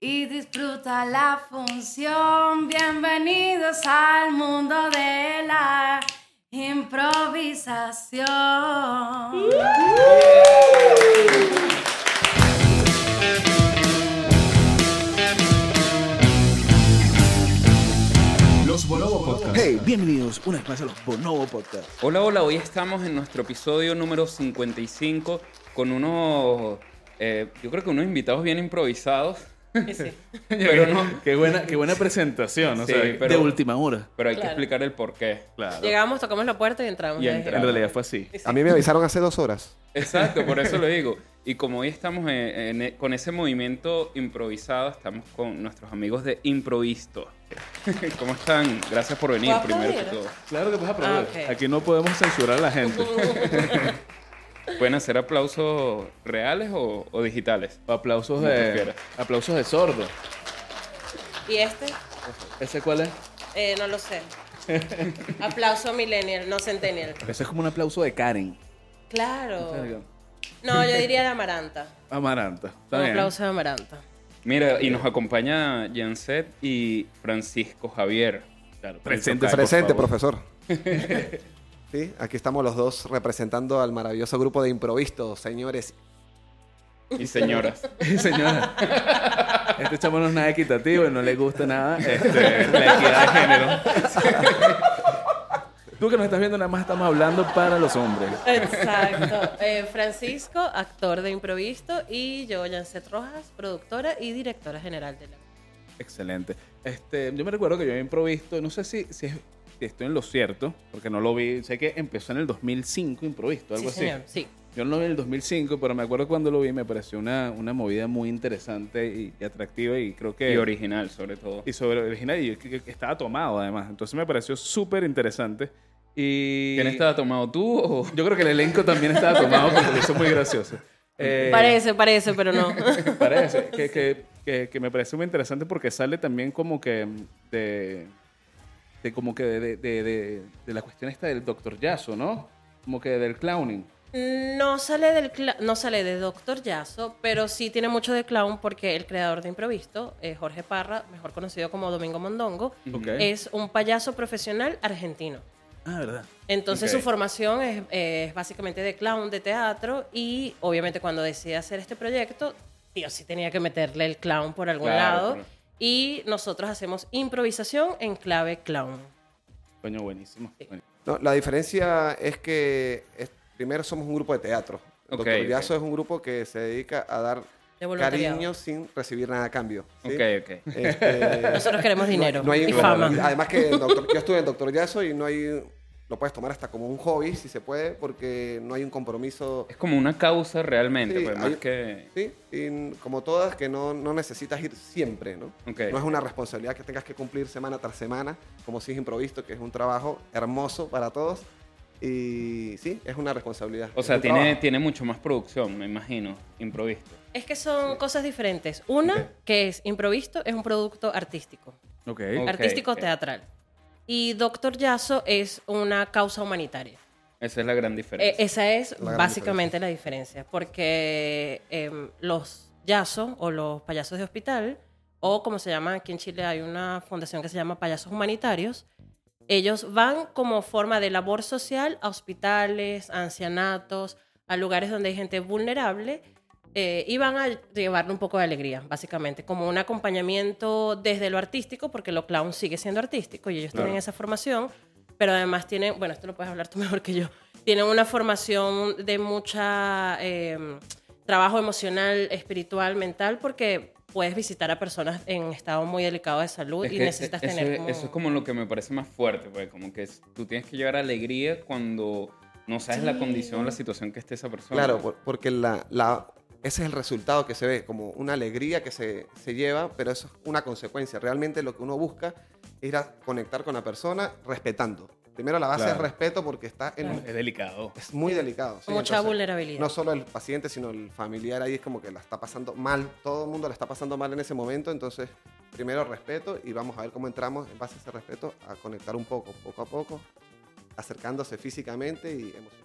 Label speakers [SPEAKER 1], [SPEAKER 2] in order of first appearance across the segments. [SPEAKER 1] y disfruta la función. Bienvenidos al mundo de la improvisación.
[SPEAKER 2] Los Bonobo Podcast.
[SPEAKER 3] Hey, bienvenidos una vez más a los Bonobo Podcast.
[SPEAKER 4] Hola, hola, hoy estamos en nuestro episodio número 55 con unos, eh, yo creo que unos invitados bien improvisados, pero no,
[SPEAKER 5] Qué buena, qué buena presentación, o
[SPEAKER 4] Sí,
[SPEAKER 5] sea,
[SPEAKER 4] pero-
[SPEAKER 3] de última hora.
[SPEAKER 4] pero hay que
[SPEAKER 6] Claro.
[SPEAKER 4] explicar el por qué.
[SPEAKER 5] claro.
[SPEAKER 6] Llegamos, tocamos la puerta y entramos.
[SPEAKER 4] Y
[SPEAKER 6] Ya
[SPEAKER 4] entra.
[SPEAKER 5] En realidad fue así.
[SPEAKER 7] A mí me avisaron hace dos horas.
[SPEAKER 4] Exacto, por eso lo digo. Y como hoy estamos en- en- con ese movimiento improvisado, estamos con nuestros amigos de Improvisto. ¿Cómo están? Gracias por venir,
[SPEAKER 6] ¿Puedo
[SPEAKER 4] primero que
[SPEAKER 6] aplaudir?
[SPEAKER 4] todo.
[SPEAKER 5] Claro que puedes aplaudir.
[SPEAKER 6] Ah, ok.
[SPEAKER 5] Aquí no podemos censurar a la gente.
[SPEAKER 4] ¿Pueden hacer aplausos reales o, o digitales?
[SPEAKER 5] Aplausos
[SPEAKER 4] No te
[SPEAKER 5] de,
[SPEAKER 4] quieras.
[SPEAKER 5] aplausos de sordo.
[SPEAKER 6] ¿Y este?
[SPEAKER 5] ¿Ese cuál es?
[SPEAKER 6] Eh, no lo sé. Aplauso millennial, no centennial.
[SPEAKER 5] Ese es como un aplauso de Karen.
[SPEAKER 6] Claro. No, yo diría de Amaranta.
[SPEAKER 5] Amaranta. Está
[SPEAKER 6] Un
[SPEAKER 5] bien.
[SPEAKER 6] aplauso de Amaranta.
[SPEAKER 4] Mira, y nos acompaña Janset y Francisco Javier.
[SPEAKER 5] Claro,
[SPEAKER 4] Presente,
[SPEAKER 5] presente.
[SPEAKER 4] Ay, por
[SPEAKER 7] Presente,
[SPEAKER 4] favor.
[SPEAKER 7] profesor. Sí, aquí estamos los dos representando al maravilloso grupo de improvistos, señores.
[SPEAKER 4] Y señoras.
[SPEAKER 5] Señora. Este chamo no es nada equitativo y no le gusta nada este, la equidad de género. Tú que nos estás viendo, nada más estamos hablando para los hombres.
[SPEAKER 6] Exacto. Eh, Francisco, actor de improviso, y yo, Janset Rojas, productora y directora general de la.
[SPEAKER 5] Excelente. Este, yo me recuerdo que yo había improvisto, no sé si, si, es- si estoy en lo cierto, porque no lo vi, sé que empezó en el 2005 improvisto, algo
[SPEAKER 6] sí, señor.
[SPEAKER 5] así.
[SPEAKER 6] Sí.
[SPEAKER 5] Yo no lo vi en el 2005, pero me acuerdo cuando lo vi, me pareció una, una movida muy interesante y, y atractiva y creo que...
[SPEAKER 4] Y original, sobre todo.
[SPEAKER 5] y sobre original, y que- que estaba tomado además, entonces me pareció súper interesante. Y
[SPEAKER 4] ¿Quién estaba tomado tú o...?
[SPEAKER 5] Yo creo que el elenco también estaba tomado porque lo hizo muy gracioso. Eh,
[SPEAKER 6] Parece, parece, pero no.
[SPEAKER 5] Parece, que, que, que, que me parece muy interesante porque sale también como que mm, de, de como que de, de, de- de- de la cuestión esta del doctor Yaso, ¿no? Como que del clowning.
[SPEAKER 6] No sale del cla- no sale de Doctor Yaso, pero sí tiene mucho de clown porque el creador de Improvisto, eh, Jorge Parra, mejor conocido como Domingo Mondongo,
[SPEAKER 5] Ok.
[SPEAKER 6] es un payaso profesional argentino.
[SPEAKER 5] Ah, ¿verdad?
[SPEAKER 6] Entonces
[SPEAKER 4] Ok.
[SPEAKER 6] su formación es, es básicamente de clown, de teatro y obviamente cuando decide hacer este proyecto, yo sí tenía que meterle el clown por algún
[SPEAKER 4] Claro,
[SPEAKER 6] lado
[SPEAKER 4] claro.
[SPEAKER 6] y nosotros hacemos improvisación en clave clown.
[SPEAKER 5] Coño, buenísimo.
[SPEAKER 7] No, la diferencia es que es- primero somos un grupo de teatro.
[SPEAKER 4] Ok,
[SPEAKER 7] Doctor Yazo
[SPEAKER 4] ok.
[SPEAKER 7] es un grupo que se dedica a dar
[SPEAKER 6] De voluntariado.
[SPEAKER 7] cariño sin recibir nada a cambio. ¿sí?
[SPEAKER 4] Ok, ok.
[SPEAKER 7] Este,
[SPEAKER 6] Nosotros queremos dinero
[SPEAKER 7] no hay-
[SPEAKER 6] y fama.
[SPEAKER 7] Además que el doctor- yo estuve en Doctor Yazo y no hay... Lo puedes tomar hasta como un hobby, si se puede, porque no hay un compromiso
[SPEAKER 4] Es como una causa realmente,
[SPEAKER 7] Sí,
[SPEAKER 4] pues,
[SPEAKER 7] hay-
[SPEAKER 4] más que...
[SPEAKER 7] Sí, y n- como todas, que no, no necesitas ir siempre, ¿no?
[SPEAKER 4] Ok.
[SPEAKER 7] No es una responsabilidad que tengas que cumplir semana tras semana, como si es improvisto, que es un trabajo hermoso para todos. Y sí, es una responsabilidad.
[SPEAKER 4] O
[SPEAKER 7] es
[SPEAKER 4] sea,
[SPEAKER 7] un
[SPEAKER 4] tiene,
[SPEAKER 7] trabajo.
[SPEAKER 4] tiene mucho más producción, me imagino, improvisto.
[SPEAKER 6] Es que son cosas diferentes. Una, que es improvisto, es un producto artístico,
[SPEAKER 5] Ok.
[SPEAKER 4] Ok,
[SPEAKER 6] artístico
[SPEAKER 4] ok.
[SPEAKER 6] teatral. Y Doctor Yaso es una causa humanitaria.
[SPEAKER 4] Esa es la gran
[SPEAKER 6] Eh,
[SPEAKER 4] diferencia.
[SPEAKER 6] esa es
[SPEAKER 7] La gran
[SPEAKER 6] básicamente la diferencia, porque em, los yasos o los payasos de hospital, o como se llama aquí en Chile, hay una fundación que se llama Payasos Humanitarios, ellos van como forma de labor social a hospitales, a ancianatos, a lugares donde hay gente vulnerable. eh, y van a llevarle un poco de alegría, básicamente, como un acompañamiento desde lo artístico, porque lo clown sigue siendo artístico y ellos tienen esa formación, pero además tienen, bueno, esto lo puedes hablar tú mejor que yo, tienen una formación de mucha eh, trabajo emocional, espiritual, mental, porque puedes visitar a personas en estado muy delicado de salud
[SPEAKER 4] Es
[SPEAKER 6] y
[SPEAKER 4] que
[SPEAKER 6] necesitas
[SPEAKER 4] ese-
[SPEAKER 6] tener como...
[SPEAKER 4] Eso es como lo que me parece más fuerte, pues, como que es- tú tienes que llevar alegría cuando no sabes la condición o la situación que esté esa persona.
[SPEAKER 7] Claro, por- porque la, la- ese es el resultado que se ve, como una alegría que se, se lleva, pero eso es una consecuencia. Realmente lo que uno busca es ir a conectar con la persona respetando. Primero la base
[SPEAKER 5] Claro.
[SPEAKER 7] es respeto porque está en...
[SPEAKER 5] Es delicado.
[SPEAKER 7] Es muy delicado. sí,
[SPEAKER 6] Mucha
[SPEAKER 7] entonces-
[SPEAKER 6] vulnerabilidad.
[SPEAKER 7] no solo el paciente, sino el familiar ahí es como que la está pasando mal, todo el mundo la está pasando mal en ese momento, entonces primero respeto y vamos a ver cómo entramos en base a ese respeto a conectar un poco, poco a poco, acercándose físicamente y emocionalmente.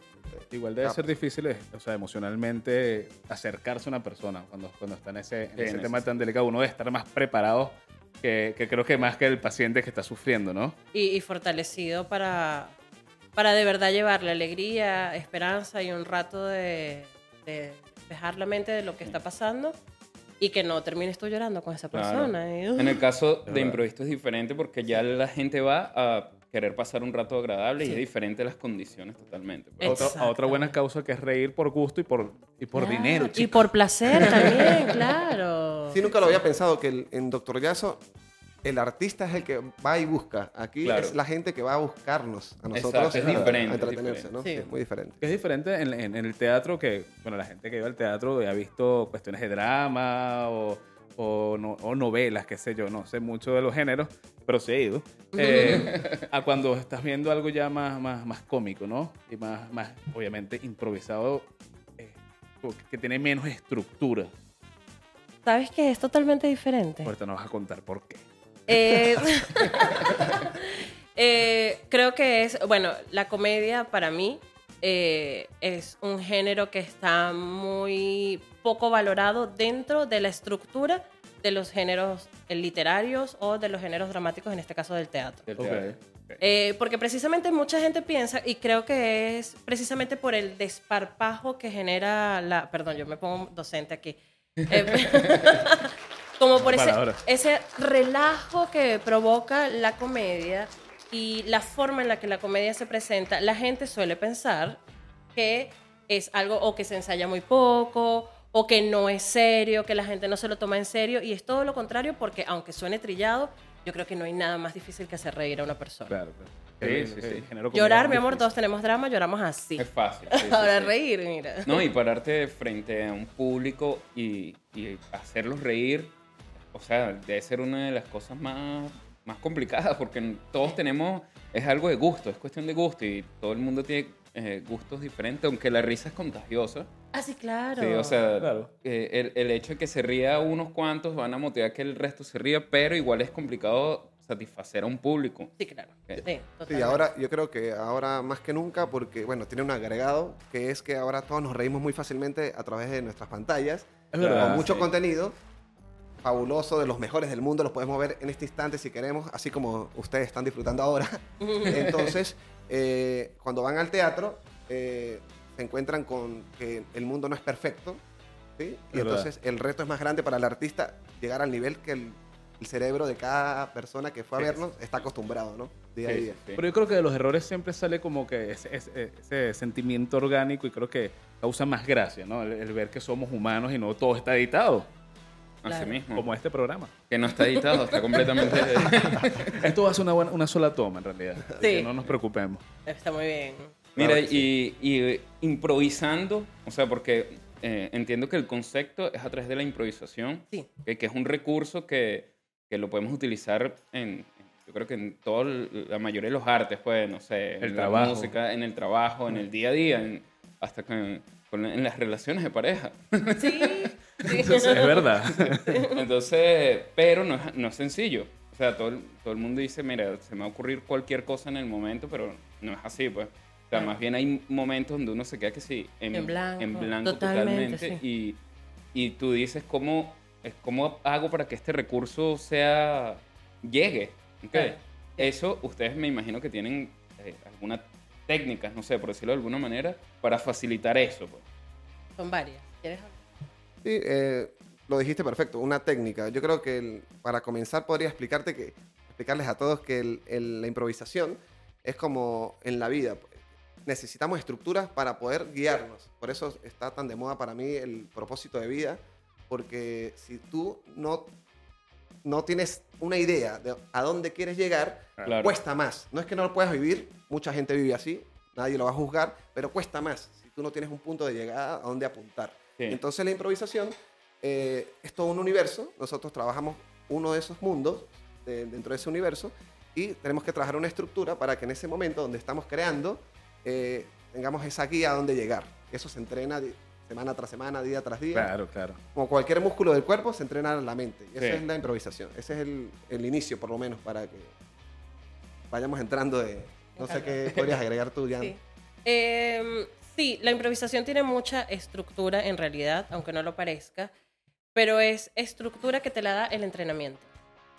[SPEAKER 5] Igual debe
[SPEAKER 7] Ah.
[SPEAKER 5] ser difícil, eh, o sea, emocionalmente acercarse a una persona cuando, cuando está en ese, en
[SPEAKER 4] Sí,
[SPEAKER 5] ese
[SPEAKER 4] en
[SPEAKER 5] tema
[SPEAKER 4] ese-
[SPEAKER 5] tan delicado. Uno debe estar más preparado que, que creo que más que el paciente que está sufriendo, ¿no?
[SPEAKER 6] y, y fortalecido para, para de verdad llevarle alegría, esperanza y un rato de, de despejar la mente de lo que está pasando y que no termines tú llorando con esa
[SPEAKER 4] Claro.
[SPEAKER 6] persona. y, uh,
[SPEAKER 4] En el caso de
[SPEAKER 5] verdad.
[SPEAKER 4] improviso es diferente porque ya la gente va a querer pasar un rato agradable y es diferente las condiciones totalmente. pues.
[SPEAKER 5] A otra- a otra buena
[SPEAKER 6] Exactamente.
[SPEAKER 5] causa que es reír por gusto y por, y por
[SPEAKER 6] claro,
[SPEAKER 5] dinero,
[SPEAKER 6] Y
[SPEAKER 5] chicos.
[SPEAKER 6] por placer también, claro.
[SPEAKER 7] Sí, nunca lo había pensado que el- en Doctor Yazo el artista es el que va y busca. Aquí
[SPEAKER 4] Claro.
[SPEAKER 7] es la gente que va a buscarnos a nosotros.
[SPEAKER 4] Exacto, es
[SPEAKER 7] a-
[SPEAKER 4] diferente,
[SPEAKER 7] A
[SPEAKER 4] es
[SPEAKER 7] entretenerse,
[SPEAKER 4] diferente.
[SPEAKER 7] ¿no?
[SPEAKER 6] Sí.
[SPEAKER 7] Sí, muy diferente.
[SPEAKER 5] Es diferente en, en el teatro que, bueno, la gente que iba al teatro ha visto cuestiones de drama o, o no- o novelas, qué sé yo, no sé mucho de los géneros, pero sí he ido. eh, a cuando estás viendo algo ya más, más, más cómico, ¿no? Y más, más obviamente, improvisado, eh, como que- que tiene menos estructura.
[SPEAKER 6] ¿Sabes que es totalmente diferente?
[SPEAKER 5] Ahorita nos vas a contar por qué.
[SPEAKER 6] Eh, eh, creo que es, bueno, la comedia para mí eh, es un género que está muy poco valorado dentro de la estructura de los géneros eh, literarios o de los géneros dramáticos, en este caso del teatro.
[SPEAKER 4] Del
[SPEAKER 5] Ok.
[SPEAKER 4] teatro.
[SPEAKER 6] Eh, porque precisamente mucha gente piensa, y creo que es precisamente por el desparpajo que genera la. Perdón, yo me pongo docente aquí. Eh, como por ese,
[SPEAKER 5] Palabra.
[SPEAKER 6] ese relajo que provoca la comedia y la forma en la que la comedia se presenta, la gente suele pensar que es algo o que se ensaya muy poco o que no es serio, que la gente no se lo toma en serio y es todo lo contrario porque aunque suene trillado, yo creo que no hay nada más difícil que hacer reír a una persona.
[SPEAKER 5] Claro, pues. claro.
[SPEAKER 4] Sí,
[SPEAKER 5] El-
[SPEAKER 4] sí,
[SPEAKER 5] el
[SPEAKER 4] sí.
[SPEAKER 5] género como
[SPEAKER 6] Llorar,
[SPEAKER 5] es
[SPEAKER 6] mi amor,
[SPEAKER 5] difícil.
[SPEAKER 6] todos tenemos drama, lloramos así.
[SPEAKER 4] Es fácil. sí, sí,
[SPEAKER 6] Ahora
[SPEAKER 4] sí.
[SPEAKER 6] reír, mira.
[SPEAKER 4] No, y pararte frente a un público y, y hacerlos reír, o sea, debe ser una de las cosas más, más complicadas, porque todos tenemos, es algo de gusto, es cuestión de gusto, y todo el mundo tiene eh, gustos diferentes, aunque la risa es contagiosa.
[SPEAKER 6] Ah, sí, claro.
[SPEAKER 4] Sí, o sea,
[SPEAKER 5] Claro.
[SPEAKER 4] eh, el, el hecho de que se ría unos cuantos van a motivar que el resto se ría, pero igual es complicado satisfacer a un público.
[SPEAKER 6] Sí, claro.
[SPEAKER 4] Sí.
[SPEAKER 6] Sí,
[SPEAKER 7] Sí,
[SPEAKER 6] totalmente.
[SPEAKER 7] ahora yo creo que ahora más que nunca, porque bueno, tiene un agregado que es que ahora todos nos reímos muy fácilmente a través de nuestras pantallas,
[SPEAKER 5] Es verdad.
[SPEAKER 7] con mucho
[SPEAKER 4] sí.
[SPEAKER 7] contenido fabuloso de los mejores del mundo, los podemos ver en este instante si queremos, así como ustedes están disfrutando ahora. Entonces, eh, cuando van al teatro, eh, se encuentran con que el mundo no es perfecto, ¿sí? Y
[SPEAKER 5] Es verdad.
[SPEAKER 7] entonces el reto es más grande para el artista llegar al nivel que el, el cerebro de cada persona que fue a
[SPEAKER 4] Sí.
[SPEAKER 7] vernos está acostumbrado, ¿no? Día a
[SPEAKER 4] Sí,
[SPEAKER 7] día.
[SPEAKER 4] sí, sí.
[SPEAKER 5] Pero yo creo que de los errores siempre sale como que ese, ese- ese sentimiento orgánico y creo que causa más gracia, ¿no? El, el ver que somos humanos y no todo está editado,
[SPEAKER 4] Así
[SPEAKER 6] Claro.
[SPEAKER 4] mismo.
[SPEAKER 5] como este programa.
[SPEAKER 4] Que no está editado, está completamente...
[SPEAKER 5] Esto va a ser una, buena- una sola toma, en realidad. Así
[SPEAKER 6] Sí.
[SPEAKER 5] que no nos preocupemos.
[SPEAKER 6] Está muy bien.
[SPEAKER 4] Mira,
[SPEAKER 7] Claro que
[SPEAKER 4] y, y, eh, improvisando, o sea, porque eh, entiendo que el concepto es a través de la improvisación,
[SPEAKER 6] Sí.
[SPEAKER 4] que, que es un recurso que, que lo podemos utilizar en, yo creo que en toda la mayoría de los artes, pues, no sé, en
[SPEAKER 5] El
[SPEAKER 4] la
[SPEAKER 5] trabajo.
[SPEAKER 4] música, en el trabajo, en el día a día, en- hasta con- con- en las relaciones de pareja.
[SPEAKER 6] Sí. sí.
[SPEAKER 5] Es verdad.
[SPEAKER 4] Entonces, pero no es, no es sencillo. O sea, todo el, todo el mundo dice, mira, se me va a ocurrir cualquier cosa en el momento, pero no es así, pues. O sea,
[SPEAKER 6] Claro.
[SPEAKER 4] más bien hay momentos donde uno se queda que sí, en,
[SPEAKER 6] En blanco,
[SPEAKER 4] en blanco
[SPEAKER 6] totalmente,
[SPEAKER 4] totalmente. y, y tú dices, ¿cómo, es- ¿cómo hago para que este recurso sea llegue? ¿ok?
[SPEAKER 6] Claro.
[SPEAKER 4] Eso ustedes me imagino que tienen eh, algunas técnicas, no sé, por decirlo de alguna manera, para facilitar eso. Pues.
[SPEAKER 6] Son varias. ¿Quieres hablar?
[SPEAKER 7] Sí, eh, lo dijiste perfecto, una técnica. Yo creo que el- para comenzar podría explicarte que, explicarles a todos que el- el- la improvisación es como en la vida. pues. Necesitamos estructuras para poder guiarnos. Por eso está tan de moda para mí el propósito de vida, porque si tú no, no tienes una idea de a dónde quieres llegar,
[SPEAKER 4] Claro.
[SPEAKER 7] cuesta más. No es que no lo puedas vivir, mucha gente vive así, nadie lo va a juzgar, pero cuesta más si tú no tienes un punto de llegada a dónde apuntar.
[SPEAKER 4] Sí.
[SPEAKER 7] Entonces la improvisación eh, es todo un universo, nosotros trabajamos uno de esos mundos de- dentro de ese universo y tenemos que trabajar una estructura para que en ese momento donde estamos creando eh, tengamos esa guía a dónde llegar. Eso se entrena di- semana tras semana, día tras día.
[SPEAKER 5] Claro, claro.
[SPEAKER 7] Como cualquier músculo del cuerpo, se entrena la mente. Y esa
[SPEAKER 4] Sí.
[SPEAKER 7] es la improvisación. Ese es el, el inicio, por lo menos, para que vayamos entrando de... No sé qué podrías agregar tú, Jan.
[SPEAKER 6] Sí. Em, Sí. Sí, la improvisación tiene mucha estructura en realidad, aunque no lo parezca, pero es estructura que te la da el entrenamiento.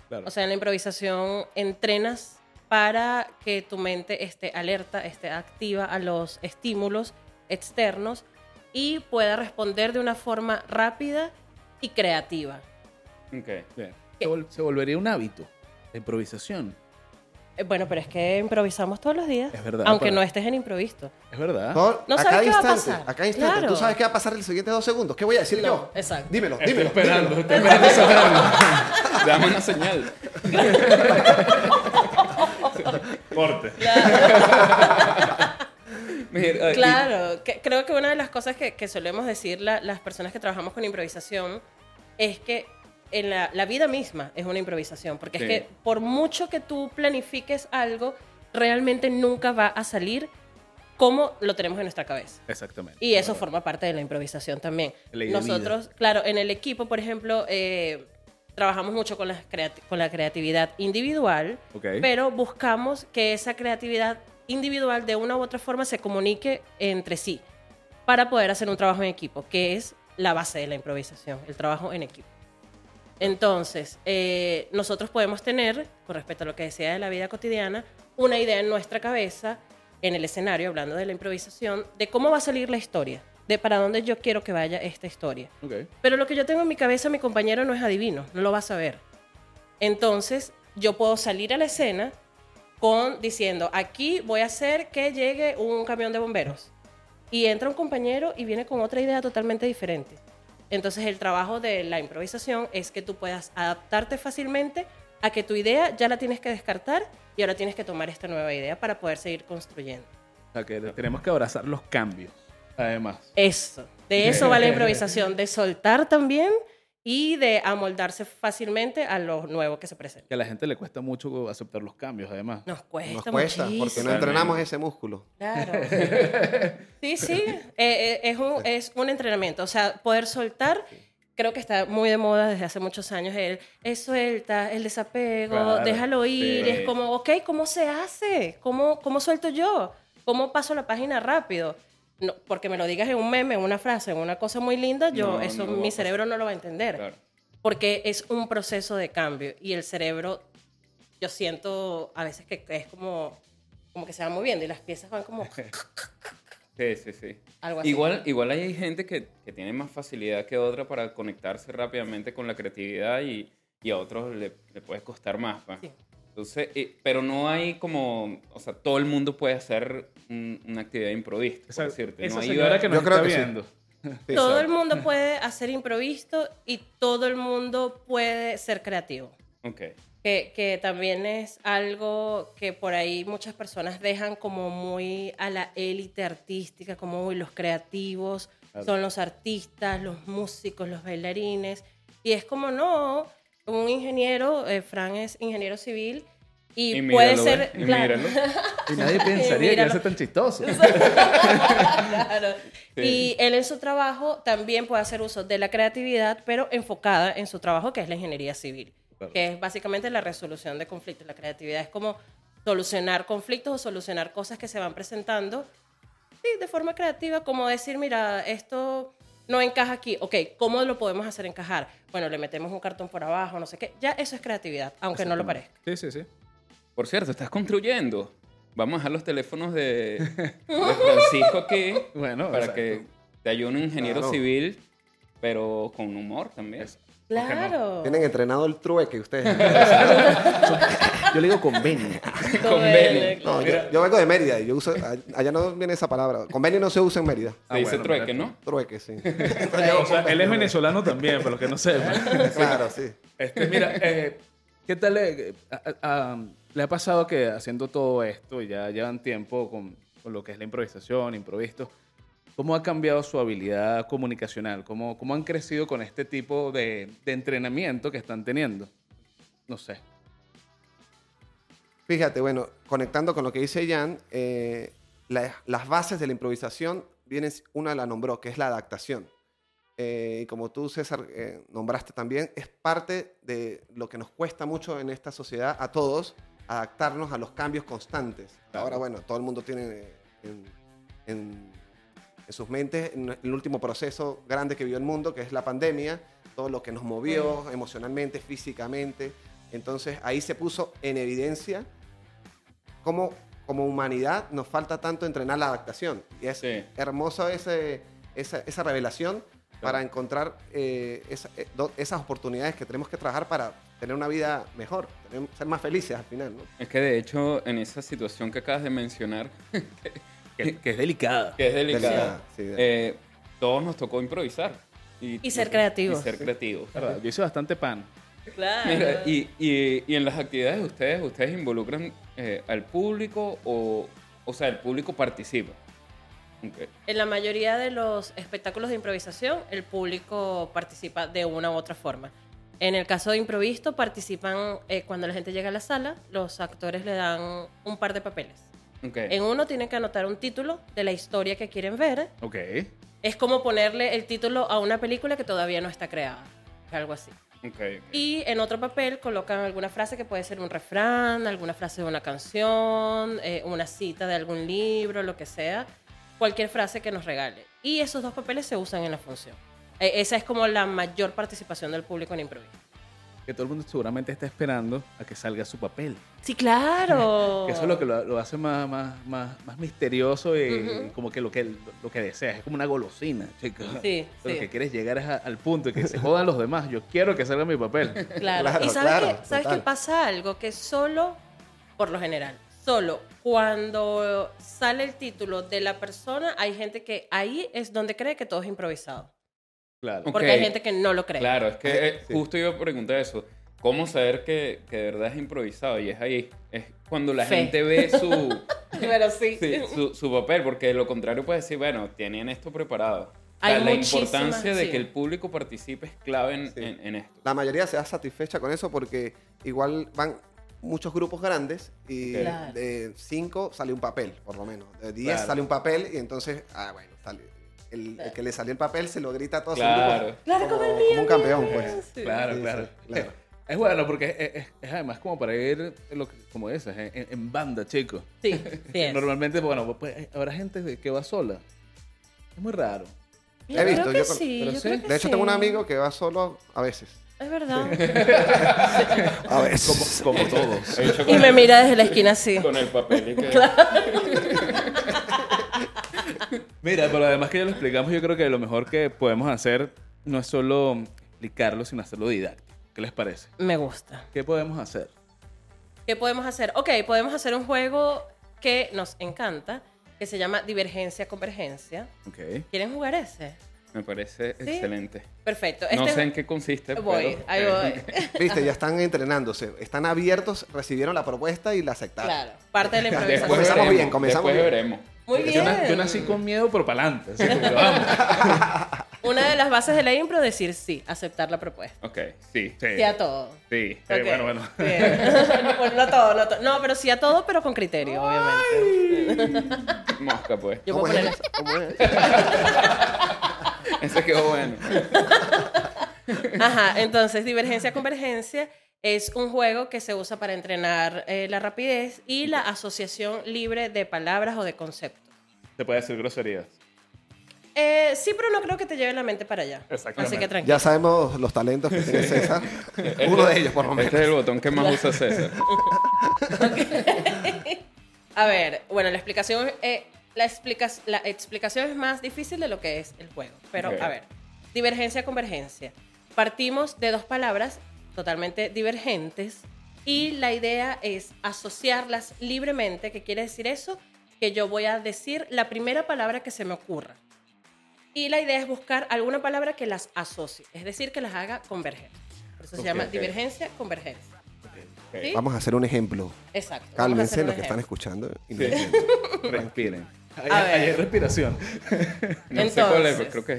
[SPEAKER 5] Claro.
[SPEAKER 6] O sea, en la improvisación entrenas para que tu mente esté alerta, esté activa a los estímulos externos y pueda responder de una forma rápida y creativa.
[SPEAKER 4] Ok.
[SPEAKER 5] Bien. Se, vol- se volvería un hábito. La improvisación.
[SPEAKER 6] Eh, Bueno, pero es que improvisamos todos los días,
[SPEAKER 5] Es verdad,
[SPEAKER 6] aunque
[SPEAKER 5] para-
[SPEAKER 6] no estés en improvisto.
[SPEAKER 5] Es verdad.
[SPEAKER 7] Todo-
[SPEAKER 6] No
[SPEAKER 7] a
[SPEAKER 6] sabes
[SPEAKER 7] cada
[SPEAKER 6] qué va a
[SPEAKER 7] instante,
[SPEAKER 6] pasar.
[SPEAKER 7] a cada instante.
[SPEAKER 6] Claro.
[SPEAKER 7] Tú sabes qué va a pasar en los siguientes dos segundos. ¿Qué voy a decir yo?
[SPEAKER 6] exacto.
[SPEAKER 7] Dímelo,
[SPEAKER 5] Estoy
[SPEAKER 7] dímelo.
[SPEAKER 5] esperando,
[SPEAKER 7] dímelo.
[SPEAKER 5] estoy esperando saberlo.
[SPEAKER 4] Dame una señal.
[SPEAKER 5] Corte.
[SPEAKER 4] Mira, eh, y-
[SPEAKER 6] Claro, que- creo que una de las cosas que, que solemos decir la- las personas que trabajamos con improvisación es que en la, la vida misma es una improvisación, porque
[SPEAKER 4] Sí.
[SPEAKER 6] es que por mucho que tú planifiques algo, realmente nunca va a salir como lo tenemos en nuestra cabeza.
[SPEAKER 5] Exactamente.
[SPEAKER 6] Y eso forma parte de la improvisación también.
[SPEAKER 5] Ley de
[SPEAKER 6] Nosotros, claro, en el equipo, por ejemplo, eh, trabajamos mucho con la, creati- con la creatividad individual,
[SPEAKER 5] Ok.
[SPEAKER 6] pero buscamos que esa creatividad individual de una u otra forma se comunique entre sí para poder hacer un trabajo en equipo, que es la base de la improvisación, el trabajo en equipo. Entonces, eh, nosotros podemos tener, con respecto a lo que decía de la vida cotidiana, una idea en nuestra cabeza, en el escenario, hablando de la improvisación, de cómo va a salir la historia, de para dónde yo quiero que vaya esta historia.
[SPEAKER 5] Ok.
[SPEAKER 6] Pero lo que yo tengo en mi cabeza, mi compañero no es adivino, no lo va a saber. Entonces, yo puedo salir a la escena con diciendo, aquí voy a hacer que llegue un camión de bomberos. Y entra un compañero y viene con otra idea totalmente diferente. Entonces, el trabajo de la improvisación es que tú puedas adaptarte fácilmente a que tu idea ya la tienes que descartar y ahora tienes que tomar esta nueva idea para poder seguir construyendo.
[SPEAKER 5] O sea, que tenemos que abrazar los cambios. Además.
[SPEAKER 6] Eso. De eso va la improvisación, de soltar también y de amoldarse fácilmente a lo nuevo que se presenta.
[SPEAKER 5] Que a la gente le cuesta mucho aceptar los cambios, además.
[SPEAKER 6] Nos cuesta,
[SPEAKER 7] Nos cuesta porque no
[SPEAKER 6] muchísimo.
[SPEAKER 7] entrenamos ese músculo.
[SPEAKER 6] Claro. Sí, sí. Eh, eh, es, un, es un entrenamiento. O sea, poder soltar. Creo que está muy de moda desde hace muchos años el es suelta, el desapego,
[SPEAKER 5] Claro,
[SPEAKER 6] déjalo ir.
[SPEAKER 4] sí.
[SPEAKER 6] Es como, ok, ¿cómo se hace? ¿Cómo, ¿Cómo suelto yo? ¿Cómo paso la página rápido? No, porque me lo digas en un meme, en una frase, en una cosa muy linda, yo
[SPEAKER 4] No,
[SPEAKER 6] eso
[SPEAKER 4] no va a
[SPEAKER 6] mi
[SPEAKER 4] pasar.
[SPEAKER 6] cerebro no lo va a entender.
[SPEAKER 4] Claro.
[SPEAKER 6] Porque es un proceso de cambio y el cerebro, yo siento a veces que es como, como que se va moviendo y las piezas van como
[SPEAKER 4] Sí, sí, sí.
[SPEAKER 6] algo así.
[SPEAKER 4] Igual, igual hay gente que, que tiene más facilidad que otra para conectarse rápidamente con la creatividad y, y a otros le, le puede costar más. pa.
[SPEAKER 6] Sí.
[SPEAKER 4] Entonces, eh, pero no hay como, o sea, todo el mundo puede hacer un- una actividad improvista, por
[SPEAKER 5] Esa,
[SPEAKER 4] decirte.
[SPEAKER 5] esa
[SPEAKER 4] no hay
[SPEAKER 5] señora
[SPEAKER 4] hora-
[SPEAKER 5] que nos
[SPEAKER 7] Yo creo
[SPEAKER 5] está
[SPEAKER 7] que sí.
[SPEAKER 5] viendo.
[SPEAKER 7] Sí,
[SPEAKER 6] todo
[SPEAKER 7] sabe.
[SPEAKER 6] el mundo puede hacer improviso y todo el mundo puede ser creativo.
[SPEAKER 4] Ok.
[SPEAKER 6] Que, que también es algo que por ahí muchas personas dejan como muy a la élite artística, como "Uy, los creativos, son los artistas, los músicos, los bailarines. Y es como, no, un ingeniero, eh, Fran es ingeniero civil y,
[SPEAKER 4] Y
[SPEAKER 6] puede
[SPEAKER 4] míralo,
[SPEAKER 6] ser...
[SPEAKER 4] ¿eh? Y
[SPEAKER 6] claro.
[SPEAKER 4] míralo.
[SPEAKER 5] Y nadie pensaría que
[SPEAKER 6] míralo.
[SPEAKER 5] él sea tan chistoso.
[SPEAKER 6] Claro. Y él en su trabajo también puede hacer uso de la creatividad, pero enfocada en su trabajo, que es la ingeniería civil,
[SPEAKER 5] Claro.
[SPEAKER 6] que es básicamente la resolución de conflictos. La creatividad es como solucionar conflictos o solucionar cosas que se van presentando sí, de forma creativa, como decir, mira, esto no encaja aquí, ok, ¿cómo lo podemos hacer encajar? Bueno, le metemos un cartón por abajo, no sé qué, ya eso es creatividad, aunque no lo parezca.
[SPEAKER 5] Sí, sí, sí.
[SPEAKER 4] Por cierto, estás construyendo. Vamos a dejar los teléfonos de, de Francisco aquí
[SPEAKER 5] Bueno,
[SPEAKER 4] para
[SPEAKER 5] exacto.
[SPEAKER 4] que te ayude un ingeniero
[SPEAKER 7] Claro.
[SPEAKER 4] civil, pero con humor también.
[SPEAKER 6] Claro.
[SPEAKER 7] Tienen entrenado el trueque ustedes.
[SPEAKER 3] Yo le digo convenio.
[SPEAKER 6] Todo
[SPEAKER 4] Con
[SPEAKER 6] él,
[SPEAKER 4] Beni.
[SPEAKER 6] claro.
[SPEAKER 7] No, yo, yo vengo de Mérida y yo uso, a- allá no viene esa palabra. Convenio no se usa en Mérida.
[SPEAKER 4] Se dice
[SPEAKER 5] Ah, bueno,
[SPEAKER 4] trueque, ¿no?
[SPEAKER 7] Trueque, sí.
[SPEAKER 5] O sea, él es venezolano también, para los que no sepan.
[SPEAKER 7] Claro, sí.
[SPEAKER 5] Este, mira, eh, ¿qué tal eh, a- a- a- le ha pasado que haciendo todo esto, ya llevan tiempo con, con lo que es la improvisación, improviso, ¿cómo ha cambiado su habilidad comunicacional? ¿Cómo, cómo han crecido con este tipo de, de entrenamiento que están teniendo? No sé.
[SPEAKER 7] Fíjate, bueno, conectando con lo que dice Jan, eh, la- las bases de la improvisación, vienen, una la nombró, que es la adaptación. Eh, y como tú, César, eh, nombraste también, es parte de lo que nos cuesta mucho en esta sociedad a todos, eh, adaptarnos a los cambios constantes. Ahora, bueno, todo el mundo tiene en, en en sus mentes en el último proceso grande que vio el mundo, que es la pandemia, todo lo que nos movió
[SPEAKER 4] Mm.
[SPEAKER 7] emocionalmente, físicamente. Entonces ahí se puso en evidencia cómo como humanidad nos falta tanto entrenar la adaptación. Y es
[SPEAKER 4] Sí.
[SPEAKER 7] hermoso ese, esa, esa revelación para encontrar eh, esa- eh, do- esas oportunidades que tenemos que trabajar para tener una vida mejor, tener- ser más felices al final. ¿no?
[SPEAKER 4] Es que de hecho, en esa situación que acabas de mencionar,
[SPEAKER 3] Que, que es delicada.
[SPEAKER 4] que es
[SPEAKER 7] Delicada,
[SPEAKER 4] delicada,
[SPEAKER 7] sí,
[SPEAKER 4] eh, todos nos tocó improvisar. Y,
[SPEAKER 6] Y ser creativos.
[SPEAKER 4] Y ser creativos.
[SPEAKER 5] Verdad, Yo hice bastante pan.
[SPEAKER 6] Claro.
[SPEAKER 4] Mira, y, y- y en las actividades de ustedes, ¿ustedes involucran eh, al público o, o sea, el público participa? Ok.
[SPEAKER 6] En la mayoría de los espectáculos de improvisación, el público participa de una u otra forma. En el caso de improvisto, participan eh, cuando la gente llega a la sala, los actores le dan un par de papeles.
[SPEAKER 4] ok.
[SPEAKER 6] En uno tienen que anotar un título de la historia que quieren ver.
[SPEAKER 5] Ok.
[SPEAKER 6] Es como ponerle el título a una película que todavía no está creada. Algo así.
[SPEAKER 4] ok, ok.
[SPEAKER 6] Y en otro papel colocan alguna frase que puede ser un refrán, alguna frase de una canción, eh, una cita de algún libro, lo que sea. Cualquier frase que nos regale. Y esos dos papeles se usan en la función. Eh, esa es como la mayor participación del público en improviso.
[SPEAKER 5] Que todo el mundo seguramente está esperando a que salga su papel.
[SPEAKER 6] Sí, claro.
[SPEAKER 5] Que eso es lo que lo, lo hace más, más, más, más misterioso y
[SPEAKER 6] Ujú.
[SPEAKER 5] como que lo, que lo que deseas. Es como una golosina, chicos.
[SPEAKER 6] Sí,
[SPEAKER 5] Lo
[SPEAKER 6] sí.
[SPEAKER 5] que quieres llegar es a- al punto y que se jodan los demás. Yo quiero que salga mi papel.
[SPEAKER 6] Claro.
[SPEAKER 7] Claro,
[SPEAKER 6] y sabes,
[SPEAKER 7] claro,
[SPEAKER 6] que, sabes
[SPEAKER 7] total.
[SPEAKER 6] que pasa algo que solo, por lo general, solo cuando sale el título de la persona, hay gente que ahí es donde cree que todo es improvisado.
[SPEAKER 5] Claro.
[SPEAKER 4] Ok.
[SPEAKER 6] Porque hay gente que no lo cree.
[SPEAKER 4] Claro, es que eh,
[SPEAKER 7] Sí.
[SPEAKER 4] justo iba a preguntar eso. ¿Cómo saber que, que de verdad es improvisado? Y es ahí, es cuando la
[SPEAKER 6] Fe.
[SPEAKER 4] gente ve su,
[SPEAKER 6] Pero sí.
[SPEAKER 4] sí, su, su papel, porque de lo contrario puede decir, bueno, tienen esto preparado. O sea,
[SPEAKER 6] Hay
[SPEAKER 4] la
[SPEAKER 6] muchísimas-
[SPEAKER 4] importancia de
[SPEAKER 6] sí.
[SPEAKER 4] que el público participe es clave en,
[SPEAKER 7] Sí.
[SPEAKER 4] en- en esto.
[SPEAKER 7] La mayoría se da satisfecha con eso porque igual van muchos grupos grandes y
[SPEAKER 4] Ok.
[SPEAKER 6] Claro.
[SPEAKER 7] de 5 sale un papel, por lo menos. De 10
[SPEAKER 5] Claro.
[SPEAKER 7] sale un papel y entonces, ah, bueno, sale. El, el que le salió el papel se lo grita a todos.
[SPEAKER 4] Claro.
[SPEAKER 6] Claro, como el mío,
[SPEAKER 7] Como un campeón, pues.
[SPEAKER 6] Sí.
[SPEAKER 5] Claro,
[SPEAKER 7] Sí,
[SPEAKER 5] claro.
[SPEAKER 7] sí, claro.
[SPEAKER 5] Es bueno porque es, es- es además como para ir, lo que- como dices, en, en- en banda, chicos.
[SPEAKER 6] Sí, sí es.
[SPEAKER 5] Normalmente, bueno, pues, habrá gente de- que va sola. Es muy raro.
[SPEAKER 6] Yo
[SPEAKER 7] He
[SPEAKER 6] creo
[SPEAKER 7] visto,
[SPEAKER 6] que
[SPEAKER 7] yo con-
[SPEAKER 6] sí,
[SPEAKER 5] pero
[SPEAKER 6] yo
[SPEAKER 5] sí.
[SPEAKER 6] creo que
[SPEAKER 7] De hecho, tengo
[SPEAKER 6] sí.
[SPEAKER 7] un amigo que va solo a veces.
[SPEAKER 6] Es verdad.
[SPEAKER 7] A veces.
[SPEAKER 5] Como todos.
[SPEAKER 4] De hecho,
[SPEAKER 6] Y
[SPEAKER 4] con,
[SPEAKER 6] me mira desde la esquina así.
[SPEAKER 4] con el papel. y que-
[SPEAKER 5] Mira, pero además que ya lo explicamos, yo creo que lo mejor que podemos hacer no es solo explicarlo, sino hacerlo didáctico. ¿Qué les parece?
[SPEAKER 6] Me gusta.
[SPEAKER 5] ¿Qué podemos hacer?
[SPEAKER 6] ¿Qué podemos hacer? Ok, podemos hacer un juego que nos encanta, que se llama Divergencia-Convergencia.
[SPEAKER 5] Ok.
[SPEAKER 6] ¿Quieren jugar ese?
[SPEAKER 4] Me parece
[SPEAKER 6] Sí.
[SPEAKER 4] excelente.
[SPEAKER 6] Perfecto.
[SPEAKER 4] No
[SPEAKER 6] Este-
[SPEAKER 4] sé en qué consiste.
[SPEAKER 6] Voy,
[SPEAKER 4] pero-
[SPEAKER 6] ahí voy.
[SPEAKER 7] Viste, ya están entrenándose. Están abiertos, recibieron la propuesta y la aceptaron.
[SPEAKER 6] Claro. Parte de la
[SPEAKER 4] Después
[SPEAKER 6] improvisación.
[SPEAKER 7] Comenzamos
[SPEAKER 4] veremos,
[SPEAKER 7] bien, comenzamos
[SPEAKER 4] después
[SPEAKER 7] bien.
[SPEAKER 4] veremos.
[SPEAKER 6] Muy
[SPEAKER 5] Yo,
[SPEAKER 6] bien.
[SPEAKER 5] na- yo nací con miedo, pero para adelante. Así como que vamos.
[SPEAKER 6] Una de las bases de la impro es decir sí, aceptar la propuesta.
[SPEAKER 4] Ok, sí.
[SPEAKER 6] Sí a todo.
[SPEAKER 4] Sí.
[SPEAKER 5] Eh,
[SPEAKER 6] Ok.
[SPEAKER 5] bueno, bueno.
[SPEAKER 6] Bien. Bueno, no todo, no todo. No, pero sí a todo, pero con criterio,
[SPEAKER 5] Ah.
[SPEAKER 6] obviamente.
[SPEAKER 4] Mosca, pues.
[SPEAKER 6] Yo puedo
[SPEAKER 7] ¿Cómo es
[SPEAKER 6] poner
[SPEAKER 7] eso? ¿Cómo es?
[SPEAKER 4] Ese quedó bueno.
[SPEAKER 6] Ajá, entonces divergencia convergencia es un juego que se usa para entrenar eh, la rapidez y la asociación libre de palabras o de conceptos.
[SPEAKER 5] Se puede decir groserías.
[SPEAKER 6] Eh, sí, pero no creo que te lleve la mente para allá.
[SPEAKER 5] Exactamente.
[SPEAKER 6] Así que tranquilo.
[SPEAKER 7] Ya sabemos los talentos que tiene César. Uno de ellos, por lo menos.
[SPEAKER 4] Este es el botón que más usa César.
[SPEAKER 6] A ver, bueno, la explicación, eh, la, explica- la explicación es más difícil de lo que es el juego. Pero,
[SPEAKER 4] Ok.
[SPEAKER 6] a ver, divergencia, convergencia. Partimos de dos palabras totalmente divergentes y la idea es asociarlas libremente. ¿Qué quiere decir eso? Que yo voy a decir la primera palabra que se me ocurra. Y la idea es buscar alguna palabra que las asocie, es decir, que las haga converger. Por eso
[SPEAKER 4] Ok,
[SPEAKER 6] se llama
[SPEAKER 4] ok.
[SPEAKER 6] divergencia, convergencia. ¿Sí?
[SPEAKER 7] Vamos a hacer un ejemplo.
[SPEAKER 6] Exacto. vamos a hacer
[SPEAKER 7] Cálmense
[SPEAKER 6] un
[SPEAKER 7] los que están
[SPEAKER 6] ejemplo.
[SPEAKER 7] escuchando. y no
[SPEAKER 4] Sí.
[SPEAKER 7] entienden.
[SPEAKER 5] Respiren. Ahí
[SPEAKER 6] A ver.
[SPEAKER 5] ahí hay respiración.
[SPEAKER 4] No sé cuál es,
[SPEAKER 6] Entonces.
[SPEAKER 4] pero creo que es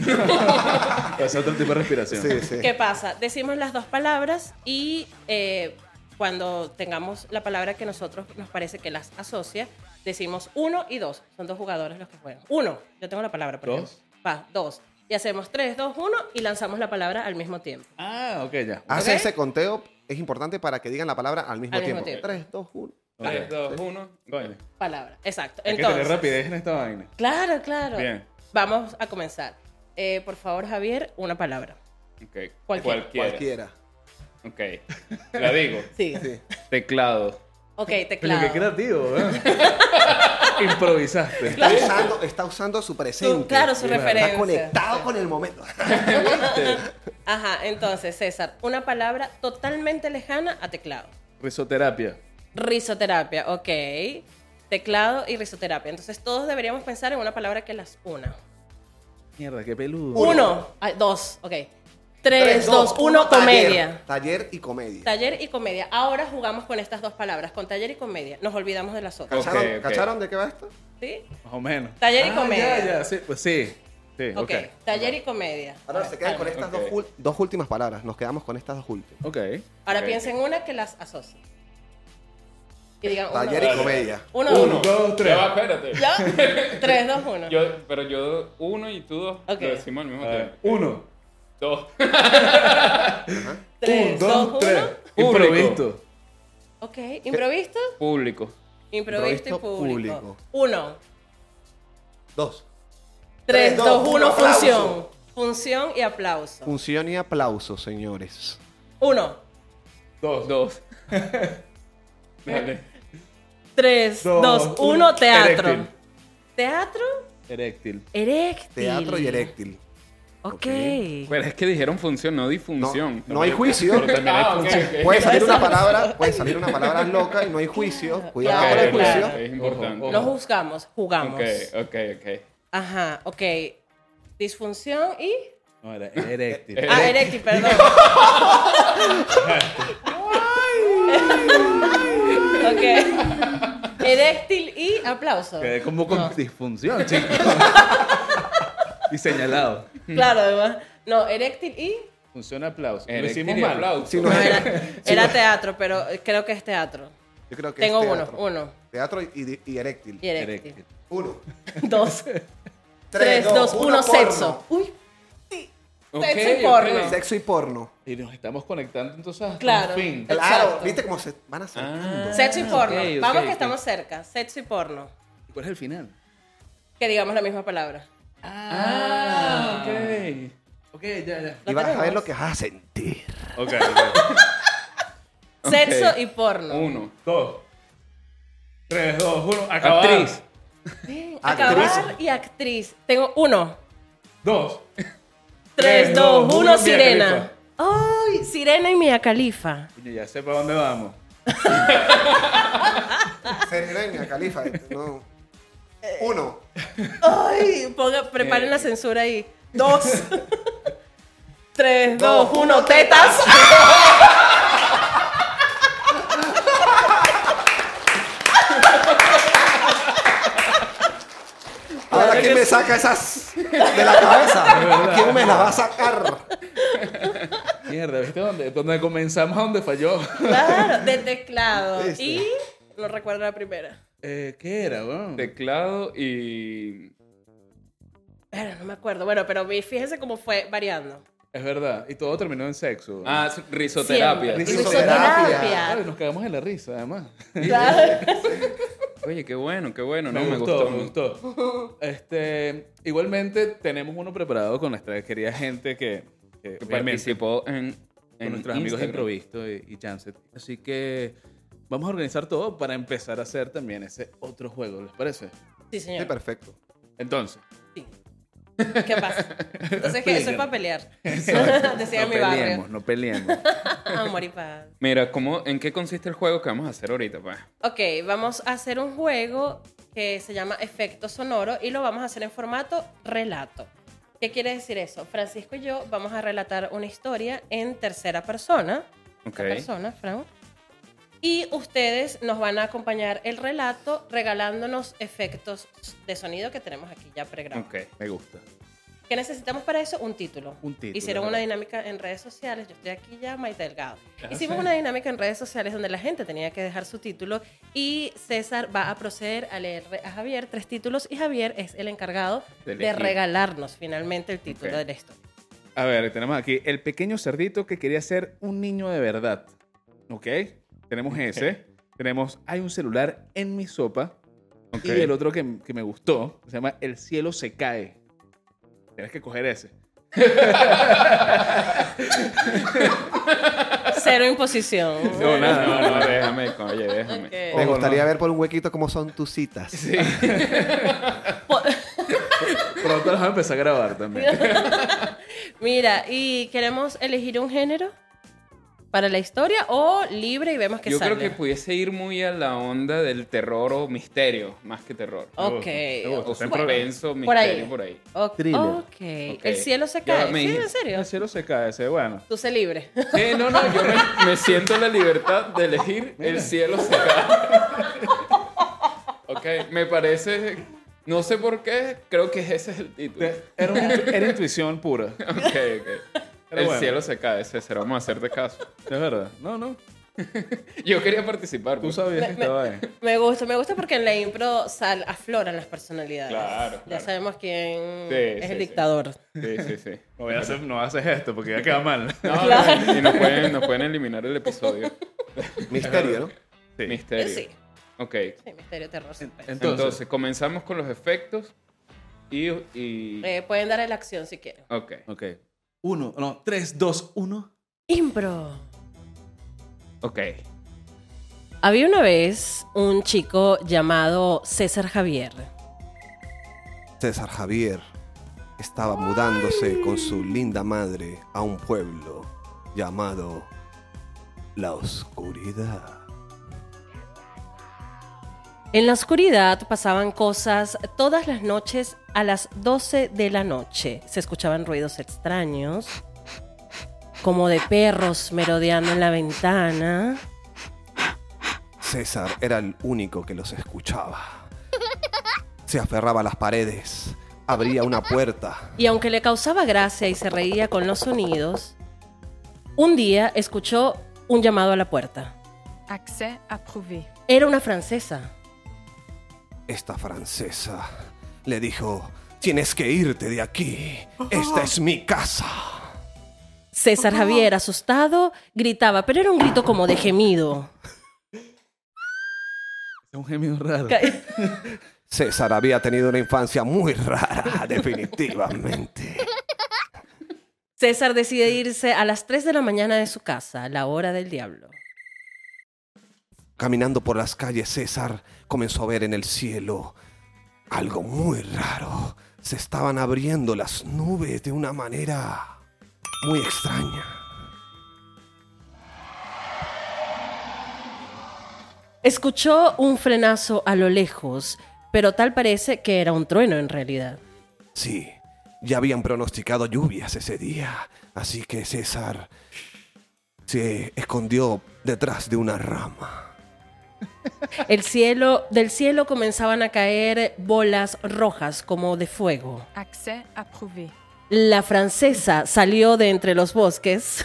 [SPEAKER 4] este.
[SPEAKER 5] Es otro tipo de respiración.
[SPEAKER 7] Sí, sí.
[SPEAKER 6] ¿Qué pasa? Decimos las dos palabras y eh, cuando tengamos la palabra que nosotros nos parece que las asocia, decimos uno y dos. Son dos jugadores los que juegan. Uno, yo tengo la palabra. Por
[SPEAKER 5] Dos.
[SPEAKER 6] ejemplo. Va, dos. Y hacemos tres, dos, uno y lanzamos la palabra al mismo tiempo.
[SPEAKER 5] Ah, ok, ya.
[SPEAKER 7] Hace
[SPEAKER 6] ¿Ok?
[SPEAKER 7] ese conteo. Es importante para que digan la palabra al mismo
[SPEAKER 6] Al mismo
[SPEAKER 7] tiempo.
[SPEAKER 6] tiempo.
[SPEAKER 7] 3, 2, 1.
[SPEAKER 4] 3, 2, 1.
[SPEAKER 5] Coño,
[SPEAKER 6] Palabra. Exacto.
[SPEAKER 5] hay que
[SPEAKER 6] Entonces.
[SPEAKER 5] tener rapidez en esta vaina.
[SPEAKER 6] Claro, claro.
[SPEAKER 5] Bien.
[SPEAKER 6] Vamos a comenzar. Eh, por favor, Javier, una palabra.
[SPEAKER 4] Ok.
[SPEAKER 6] Cualquiera.
[SPEAKER 4] Cualquiera.
[SPEAKER 7] Cualquiera.
[SPEAKER 4] Ok. La digo.
[SPEAKER 6] Sí.
[SPEAKER 7] Sí.
[SPEAKER 4] Teclado.
[SPEAKER 5] Coño,
[SPEAKER 6] Ok,
[SPEAKER 5] qué
[SPEAKER 6] teclado.
[SPEAKER 5] creativo, ¿eh? Improvisaste.
[SPEAKER 7] Está usando, está usando su presente.
[SPEAKER 6] Su- claro, su
[SPEAKER 7] Está
[SPEAKER 6] referencia.
[SPEAKER 7] conectado con el momento.
[SPEAKER 6] Ajá, entonces, César, una palabra totalmente lejana a teclado.
[SPEAKER 5] Risoterapia.
[SPEAKER 6] Risoterapia, ok. Teclado y risoterapia. Entonces, todos deberíamos pensar en una palabra que las una.
[SPEAKER 5] Mierda, qué peludo.
[SPEAKER 6] Uno, Ay, dos, ok. Tres, dos, uno, comedia.
[SPEAKER 7] Taller, taller y comedia.
[SPEAKER 6] Taller y comedia. Ahora jugamos con estas dos palabras, con taller y comedia. Nos olvidamos de las otras.
[SPEAKER 7] ¿Cacharon,
[SPEAKER 4] Ok, ok.
[SPEAKER 7] ¿Cacharon de qué va esto?
[SPEAKER 6] ¿Sí?
[SPEAKER 5] Más o menos.
[SPEAKER 6] Taller y
[SPEAKER 5] Ah,
[SPEAKER 6] comedia.
[SPEAKER 5] Ya, ya, sí, pues sí. Sí, ok.
[SPEAKER 6] ok, taller y comedia.
[SPEAKER 7] Ahora se quedan con
[SPEAKER 6] Vale.
[SPEAKER 7] estas
[SPEAKER 4] ok.
[SPEAKER 7] dos, ul- dos últimas palabras. Nos quedamos con estas dos últimas.
[SPEAKER 5] Ok.
[SPEAKER 6] Ahora
[SPEAKER 4] Ok.
[SPEAKER 6] piensen una que las asocie. Y digan uno,
[SPEAKER 7] Taller
[SPEAKER 6] dos.
[SPEAKER 7] y comedia.
[SPEAKER 6] Uno,
[SPEAKER 5] Uno,
[SPEAKER 6] uno.
[SPEAKER 5] dos, tres.
[SPEAKER 4] Ya va, espérate.
[SPEAKER 6] ¿Ya? Tres, dos, uno.
[SPEAKER 4] Yo, pero yo uno y tú dos
[SPEAKER 6] Ok.
[SPEAKER 4] lo decimos al mismo
[SPEAKER 5] A ver,
[SPEAKER 4] tiempo.
[SPEAKER 5] Uno.
[SPEAKER 4] Dos.
[SPEAKER 6] Tres,
[SPEAKER 5] un,
[SPEAKER 6] dos,
[SPEAKER 5] dos,
[SPEAKER 6] uno.
[SPEAKER 5] tres.
[SPEAKER 4] Público.
[SPEAKER 5] Improviso.
[SPEAKER 6] Ok, improvisto.
[SPEAKER 4] Público.
[SPEAKER 6] Improvisto y
[SPEAKER 7] Improvisto
[SPEAKER 6] público.
[SPEAKER 7] público.
[SPEAKER 6] Uno,
[SPEAKER 7] Dos.
[SPEAKER 6] tres,
[SPEAKER 7] dos,
[SPEAKER 6] dos,
[SPEAKER 7] uno,
[SPEAKER 6] uno,
[SPEAKER 7] aplauso.
[SPEAKER 6] función. Función y aplauso.
[SPEAKER 7] Función y aplauso, señores.
[SPEAKER 6] Uno,
[SPEAKER 5] Dos.
[SPEAKER 4] Dos. Dale.
[SPEAKER 6] tres,
[SPEAKER 5] Dos,
[SPEAKER 6] dos,
[SPEAKER 5] uno.
[SPEAKER 6] uno, teatro.
[SPEAKER 5] Eréctil.
[SPEAKER 6] Teatro,
[SPEAKER 5] Eréctil.
[SPEAKER 6] eréctil.
[SPEAKER 7] Teatro y eréctil.
[SPEAKER 6] Ok.
[SPEAKER 4] Pero es que dijeron función, no
[SPEAKER 7] No,
[SPEAKER 4] difunción.
[SPEAKER 7] no hay juicio.
[SPEAKER 4] Ah, ok, ok.
[SPEAKER 7] Puede salir una palabra, puede salir una palabra loca y no hay juicio. Cuidado
[SPEAKER 6] Claro,
[SPEAKER 7] con el
[SPEAKER 4] Ah, Ok,
[SPEAKER 7] juicio.
[SPEAKER 4] ok, Es importante.
[SPEAKER 5] Ojo,
[SPEAKER 6] No juzgamos, jugamos.
[SPEAKER 4] Ok, ok, ok.
[SPEAKER 6] Ajá, ok. Disfunción y.
[SPEAKER 5] No, era eréctil.
[SPEAKER 6] Ah, eréctil, perdón. ok. Eréctil y aplauso.
[SPEAKER 5] Quedé como con disfunción, chicos. y señalado.
[SPEAKER 6] Claro, además. No, eréctil y.
[SPEAKER 5] Funciona aplauso. Lo
[SPEAKER 4] Eréctil
[SPEAKER 5] hicimos
[SPEAKER 4] y
[SPEAKER 5] mal.
[SPEAKER 4] aplauso.
[SPEAKER 7] Si no
[SPEAKER 6] No,
[SPEAKER 7] es-
[SPEAKER 6] era, era teatro, pero creo que es teatro.
[SPEAKER 7] yo creo que es
[SPEAKER 6] Tengo uno,
[SPEAKER 7] teatro.
[SPEAKER 6] uno.
[SPEAKER 7] Teatro y, y eréctil.
[SPEAKER 6] Y eréctil.
[SPEAKER 5] Eréctil.
[SPEAKER 7] Uno.
[SPEAKER 6] Dos. Tres, dos, uno, sexo. Uy,
[SPEAKER 4] Ok,
[SPEAKER 6] Sexo y
[SPEAKER 4] ok.
[SPEAKER 6] porno.
[SPEAKER 7] Sexo y porno.
[SPEAKER 5] Y nos estamos conectando entonces hasta
[SPEAKER 6] Claro.
[SPEAKER 5] el fin.
[SPEAKER 7] Claro,
[SPEAKER 6] Exacto.
[SPEAKER 7] viste cómo se van acercando.
[SPEAKER 6] sexo y
[SPEAKER 5] Ah,
[SPEAKER 6] porno.
[SPEAKER 5] ok, ok,
[SPEAKER 6] Vamos
[SPEAKER 5] ok.
[SPEAKER 6] que estamos cerca. Sexo y porno.
[SPEAKER 5] ¿Cuál es el final?
[SPEAKER 6] Que digamos la misma palabra.
[SPEAKER 5] Ah, ok. Ok, ya, ya.
[SPEAKER 7] y vas a ver lo que vas a sentir.
[SPEAKER 5] Ok,
[SPEAKER 6] Sexo y porno.
[SPEAKER 4] Uno.
[SPEAKER 5] Dos. Tres, dos, uno. Acabar.
[SPEAKER 4] Actriz.
[SPEAKER 6] Bien, Acabar y actriz. Tengo uno.
[SPEAKER 5] Dos.
[SPEAKER 6] Tres, dos, uno,
[SPEAKER 5] Mia
[SPEAKER 6] sirena. Ay, sirena y Mia Califa.
[SPEAKER 5] Coño, ya sé para dónde vamos.
[SPEAKER 7] Serena Califa. este, No.
[SPEAKER 6] Eh.
[SPEAKER 7] Uno.
[SPEAKER 6] Ay, ponga, preparen la censura ahí. Dos. Tres, dos, uno, tetas.
[SPEAKER 7] Ahora, ¿quién me saca esas de la cabeza? ¿Quién me las va a sacar?
[SPEAKER 5] Mierda, ¿viste dónde, dónde comenzamos? ¿Dónde falló?
[SPEAKER 6] Claro, de teclado.
[SPEAKER 7] Este.
[SPEAKER 6] Y no recuerdo la primera.
[SPEAKER 5] Eh, ¿Qué era, weón?
[SPEAKER 4] Teclado y.
[SPEAKER 6] Pero no me acuerdo. Bueno, pero vi- fíjense cómo fue variando.
[SPEAKER 5] Es verdad. Y todo terminó en sexo.
[SPEAKER 4] Ah, risoterapia.
[SPEAKER 6] Siempre.
[SPEAKER 7] Risoterapia.
[SPEAKER 5] Ay,
[SPEAKER 6] Risoterapia.
[SPEAKER 5] nos cagamos en la risa, además.
[SPEAKER 6] Claro.
[SPEAKER 4] Oye, qué bueno, qué bueno. No,
[SPEAKER 5] me, gustó, me gustó. Este, igualmente, tenemos uno preparado con nuestra querida gente que, que
[SPEAKER 4] Que
[SPEAKER 5] obviamente,
[SPEAKER 4] participó en.
[SPEAKER 5] con nuestros amigos de Improvisto y, y Janset. Así que vamos a organizar todo para empezar a hacer también ese otro juego, ¿les parece?
[SPEAKER 6] Sí,
[SPEAKER 7] Sí,
[SPEAKER 6] señor.
[SPEAKER 7] perfecto.
[SPEAKER 5] Entonces,
[SPEAKER 6] Sí. ¿Qué pasa? Entonces, ¿qué? Eso es para pelear. Decía
[SPEAKER 5] no
[SPEAKER 6] mi barrio.
[SPEAKER 5] peleemos, no peleemos.
[SPEAKER 6] Amor y paz.
[SPEAKER 4] Mira, ¿cómo, ¿en qué consiste el juego que vamos a hacer ahorita? Pues?
[SPEAKER 6] Ok, vamos a hacer un juego que se llama Efecto Sonoro y lo vamos a hacer en formato relato. ¿Qué quiere decir eso? Francisco y yo vamos a relatar una historia en tercera persona.
[SPEAKER 4] Ok.
[SPEAKER 6] Esta persona, Fran. Y ustedes nos van a acompañar el relato regalándonos efectos de sonido que tenemos aquí ya pregrabados.
[SPEAKER 4] Ok.
[SPEAKER 5] Me gusta.
[SPEAKER 6] ¿Qué necesitamos para eso? Un título.
[SPEAKER 5] Un título,
[SPEAKER 6] Hicieron
[SPEAKER 5] ¿verdad?
[SPEAKER 6] una dinámica en redes sociales. Yo estoy aquí ya, Maite Delgado. Hicimos una dinámica en redes sociales donde la gente tenía que dejar su título y César va a proceder a leer a Javier tres títulos y Javier es el encargado
[SPEAKER 4] De
[SPEAKER 6] de
[SPEAKER 4] elegir.
[SPEAKER 6] regalarnos finalmente el título
[SPEAKER 4] Ok.
[SPEAKER 6] de la historia.
[SPEAKER 5] A ver, tenemos aquí el pequeño cerdito que quería ser un niño de verdad. ¿Ok? Tenemos ese. Tenemos Hay un celular en mi sopa.
[SPEAKER 4] Ok.
[SPEAKER 5] Y el otro que, que me gustó, se llama El cielo se cae. Tienes que coger ese.
[SPEAKER 6] Cero imposición.
[SPEAKER 4] No, nada, no, no, déjame, oye, déjame.
[SPEAKER 6] Ok.
[SPEAKER 7] Me gustaría ver por un huequito cómo son tus citas.
[SPEAKER 6] Po-
[SPEAKER 5] Pronto los voy a empezar a grabar también.
[SPEAKER 6] Mira, y queremos elegir un género para la historia o libre y vemos que
[SPEAKER 4] Yo
[SPEAKER 6] sale.
[SPEAKER 4] creo que pudiese ir muy a la onda del terror o misterio, más que terror.
[SPEAKER 6] Ok.
[SPEAKER 5] Me gusta,
[SPEAKER 4] O
[SPEAKER 5] está en programa.
[SPEAKER 4] suspenso,
[SPEAKER 6] Por ahí.
[SPEAKER 4] misterio, por ahí.
[SPEAKER 6] O- ok. El cielo se
[SPEAKER 4] Ya
[SPEAKER 6] cae.
[SPEAKER 4] me
[SPEAKER 6] Sí,
[SPEAKER 4] dijiste.
[SPEAKER 6] en serio.
[SPEAKER 5] El cielo se cae, ese bueno.
[SPEAKER 6] Tú sé libre.
[SPEAKER 4] Sí, no, no, yo me, me siento la libertad de elegir el cielo se cae. Ok, me parece, no sé por qué, creo que ese es el título.
[SPEAKER 5] Era, una- era intuición pura.
[SPEAKER 4] Ok, ok.
[SPEAKER 5] Pero
[SPEAKER 4] El
[SPEAKER 5] bueno.
[SPEAKER 4] cielo se cae, César, vamos a hacerte caso.
[SPEAKER 5] Es verdad. No, no.
[SPEAKER 4] Yo quería participar.
[SPEAKER 5] Tú
[SPEAKER 4] pues.
[SPEAKER 5] sabías que estaba ahí.
[SPEAKER 6] Me gusta, me gusta porque en la impro sal, afloran las personalidades.
[SPEAKER 4] Claro,
[SPEAKER 6] Ya
[SPEAKER 4] claro.
[SPEAKER 6] sabemos quién
[SPEAKER 4] Sí,
[SPEAKER 6] es
[SPEAKER 4] sí,
[SPEAKER 6] el
[SPEAKER 4] sí.
[SPEAKER 6] dictador.
[SPEAKER 4] Sí, sí, sí.
[SPEAKER 5] No, voy a hacer- no haces esto porque ya queda mal.
[SPEAKER 4] No, no, y nos pueden, nos pueden eliminar el episodio.
[SPEAKER 7] Misterio, ¿no?
[SPEAKER 4] Misterio.
[SPEAKER 6] Sí,
[SPEAKER 4] Ok,
[SPEAKER 6] sí, misterio, terror, suspense.
[SPEAKER 5] Entonces,
[SPEAKER 4] entonces, comenzamos con los efectos y... y-
[SPEAKER 6] Eh, pueden dar la acción si quieren.
[SPEAKER 4] Ok.
[SPEAKER 5] ok. Uno, no, tres, dos, uno.
[SPEAKER 6] Impro.
[SPEAKER 4] Ok.
[SPEAKER 6] Había una vez un chico llamado César Javier.
[SPEAKER 7] César Javier estaba mudándose con su linda madre a un pueblo llamado La Oscuridad.
[SPEAKER 6] En la oscuridad pasaban cosas todas las noches a las 12 de la noche. Se escuchaban ruidos extraños, como de perros merodeando en la ventana.
[SPEAKER 7] César era el único que los escuchaba. Se aferraba a las paredes, abría una puerta.
[SPEAKER 6] Y aunque le causaba gracia y se reía con los sonidos, un día escuchó un llamado a la puerta.
[SPEAKER 1] Accès approuvé.
[SPEAKER 6] Era una francesa.
[SPEAKER 7] Esta francesa le dijo, tienes que irte de aquí. Esta es mi casa.
[SPEAKER 6] César Javier, asustado, gritaba, pero era un grito como de gemido.
[SPEAKER 5] Es un gemido raro.
[SPEAKER 6] Ca-
[SPEAKER 7] César había tenido una infancia muy rara, definitivamente.
[SPEAKER 6] César decide irse a las 3 de la mañana de su casa, la hora del diablo.
[SPEAKER 7] Caminando por las calles, César comenzó a ver en el cielo algo muy raro. Se estaban abriendo las nubes de una manera muy extraña.
[SPEAKER 6] Escuchó un frenazo a lo lejos, pero tal parece que era un trueno en realidad.
[SPEAKER 7] Sí, ya habían pronosticado lluvias ese día, así que César se escondió detrás de una rama.
[SPEAKER 6] El cielo, del cielo comenzaban a caer bolas rojas como de fuego.
[SPEAKER 1] Accès approuvé.
[SPEAKER 6] La francesa salió de entre los bosques.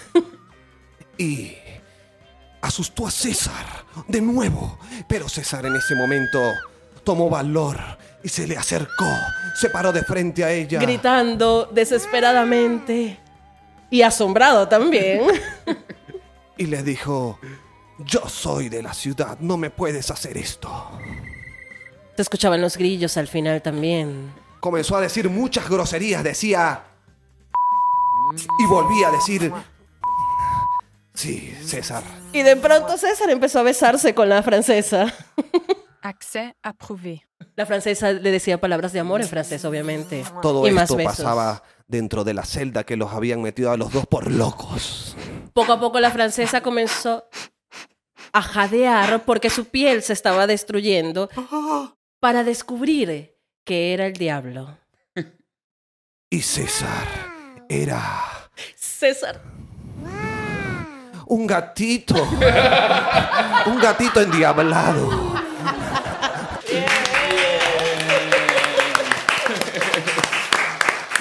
[SPEAKER 7] y asustó a César de nuevo. Pero César en ese momento tomó valor y se le acercó, se paró de frente a ella.
[SPEAKER 6] gritando desesperadamente y asombrado también.
[SPEAKER 7] y le dijo, yo soy de la ciudad, no me puedes hacer esto.
[SPEAKER 6] Se escuchaban los grillos al final también.
[SPEAKER 7] Comenzó a decir muchas groserías, decía... Y volvía a decir... Sí, César.
[SPEAKER 6] Y de pronto César empezó a besarse con la francesa.
[SPEAKER 1] Accès approuvé.
[SPEAKER 6] La francesa le decía palabras de amor en francés, obviamente.
[SPEAKER 7] Todo
[SPEAKER 6] y más
[SPEAKER 7] esto
[SPEAKER 6] besos.
[SPEAKER 7] pasaba dentro de la celda que los habían metido a los dos por locos.
[SPEAKER 6] Poco a poco la francesa comenzó a jadear porque su piel se estaba destruyendo para descubrir que era el diablo.
[SPEAKER 7] Y César era
[SPEAKER 6] César
[SPEAKER 7] un gatito. un gatito endiablado.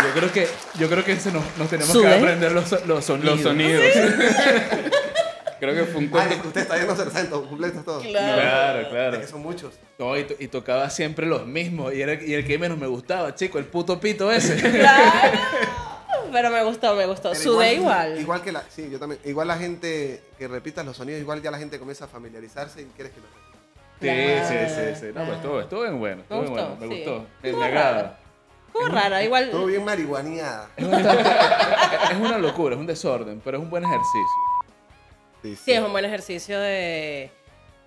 [SPEAKER 5] Yo creo que, yo creo que se nos, nos tenemos
[SPEAKER 6] Sube.
[SPEAKER 5] que aprender los, los sonidos.
[SPEAKER 4] Los sonidos. Creo que fue un cuento.
[SPEAKER 7] usted está viendo los completos todos.
[SPEAKER 5] Claro, claro.
[SPEAKER 7] son muchos.
[SPEAKER 5] No, y, to- y tocaba siempre los mismos. Y, era, y el que menos me gustaba, chico, el puto pito ese.
[SPEAKER 6] pero me gustó, me gustó.
[SPEAKER 7] Pero
[SPEAKER 6] Sudé igual.
[SPEAKER 7] Igual que la, sí, yo también. Igual la gente que repitas los sonidos, igual ya la gente comienza a familiarizarse y quieres que lo repita.
[SPEAKER 5] Sí, sí, sí, sí. No,
[SPEAKER 6] claro.
[SPEAKER 5] pues estuvo, estuvo bien bueno. Estuvo
[SPEAKER 6] Me
[SPEAKER 5] bien bueno,
[SPEAKER 6] gustó,
[SPEAKER 5] me
[SPEAKER 6] sí.
[SPEAKER 5] gustó. Me,
[SPEAKER 6] Estuvo
[SPEAKER 5] me agrada.
[SPEAKER 6] Como rara, igual.
[SPEAKER 7] Todo bien marihuaneada.
[SPEAKER 5] Es una locura, es un desorden, pero es un buen ejercicio.
[SPEAKER 6] Sí, es un buen ejercicio de.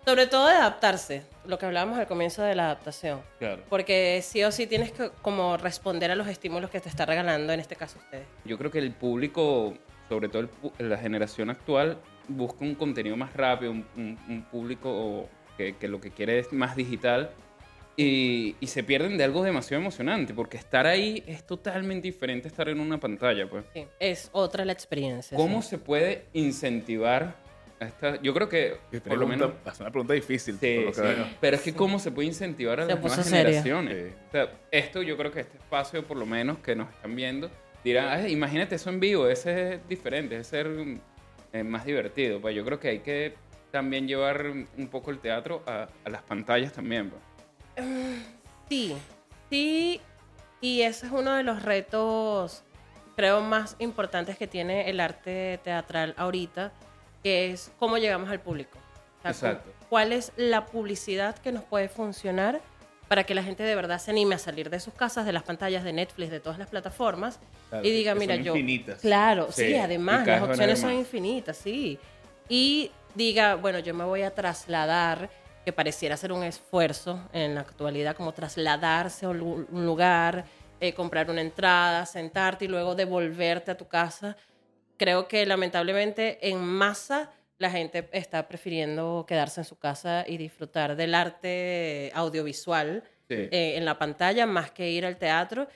[SPEAKER 6] Sobre todo de adaptarse. Lo que hablábamos al comienzo de la adaptación.
[SPEAKER 5] Claro.
[SPEAKER 6] Porque sí o sí tienes que como responder a los estímulos que te está regalando, en este caso ustedes.
[SPEAKER 4] Yo creo que el público, sobre todo el pu- la generación actual, busca un contenido más rápido, un, un- un público que, que lo que quiere es más digital y, y se pierden de algo demasiado emocionante, porque estar ahí es totalmente diferente a estar en una pantalla, pues.
[SPEAKER 6] Sí, es otra la experiencia.
[SPEAKER 4] ¿Cómo
[SPEAKER 6] sí.
[SPEAKER 4] se puede incentivar a esta? Yo creo que por lo menos
[SPEAKER 5] Es una pregunta difícil.
[SPEAKER 4] Sí,
[SPEAKER 5] por lo que
[SPEAKER 4] sí.
[SPEAKER 5] veo.
[SPEAKER 4] Pero es que cómo se puede incentivar a
[SPEAKER 6] Se
[SPEAKER 4] las nuevas
[SPEAKER 6] puso seria.
[SPEAKER 4] generaciones.
[SPEAKER 5] Sí.
[SPEAKER 4] O sea, esto yo creo que este espacio, por lo menos, que nos están viendo, dirán, "Ay, imagínate eso en vivo, ese es diferente, ese es mm, eh, más divertido. Pues yo creo que hay que también llevar un poco el teatro a, a las pantallas también. pues.
[SPEAKER 6] Sí, sí, y ese es uno de los retos, creo, más importantes que tiene el arte teatral ahorita, que es cómo llegamos al público. O sea,
[SPEAKER 4] Exacto.
[SPEAKER 6] cu- ¿Cuál es la publicidad que nos puede funcionar para que la gente de verdad se anime a salir de sus casas, de las pantallas de Netflix, de todas las plataformas y diga,
[SPEAKER 5] que
[SPEAKER 6] mira,
[SPEAKER 5] son
[SPEAKER 6] yo...
[SPEAKER 5] infinitas.
[SPEAKER 6] Claro, sí,
[SPEAKER 4] Sí, y
[SPEAKER 6] además,
[SPEAKER 4] cada
[SPEAKER 6] las
[SPEAKER 4] vez van a
[SPEAKER 6] opciones
[SPEAKER 4] haber
[SPEAKER 6] son
[SPEAKER 4] más.
[SPEAKER 6] infinitas, sí. Y diga, bueno, yo me voy a trasladar, que pareciera ser un esfuerzo en la actualidad, como trasladarse a un lu- un lugar, eh, comprar una entrada, sentarte y luego devolverte a tu casa. Creo que lamentablemente en masa la gente está prefiriendo quedarse en su casa y disfrutar del arte audiovisual
[SPEAKER 4] Sí.
[SPEAKER 6] eh, en la pantalla más que ir al teatro.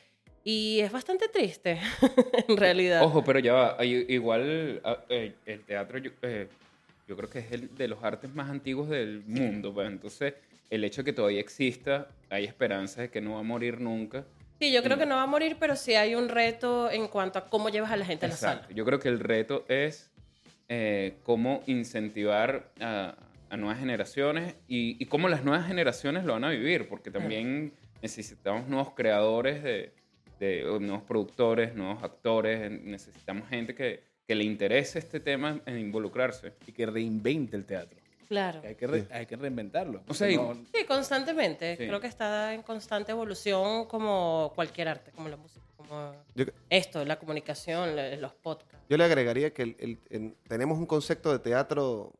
[SPEAKER 6] Y es bastante triste, en realidad.
[SPEAKER 4] Ojo, pero ya va. hay- Igual ah, eh, el teatro, yo, eh, yo creo que es el de los artes más antiguos del mundo. pues. Entonces, el hecho de que todavía exista, hay esperanza de que no va a morir nunca.
[SPEAKER 6] Sí, yo creo que no va a morir, pero sí hay un reto en cuanto a cómo llevas a la gente a la
[SPEAKER 4] Exacto.
[SPEAKER 6] sala.
[SPEAKER 4] Yo creo que el reto es eh, cómo incentivar a, a nuevas generaciones y, y cómo las nuevas generaciones lo van a vivir, porque también necesitamos nuevos creadores, de, de- o nuevos productores, nuevos actores, necesitamos gente que, que le interese este tema en involucrarse.
[SPEAKER 5] Y que reinvente el teatro.
[SPEAKER 6] Claro.
[SPEAKER 5] Hay que, re- hay que reinventarlo.
[SPEAKER 4] O sea,
[SPEAKER 5] No,
[SPEAKER 4] y-
[SPEAKER 6] Sí, constantemente.
[SPEAKER 4] Sí.
[SPEAKER 6] Creo que está en constante evolución como cualquier arte, como la música, como
[SPEAKER 7] Yo-
[SPEAKER 6] esto, la comunicación, la- los podcasts.
[SPEAKER 7] Yo le agregaría que el- el- en- tenemos un concepto de teatro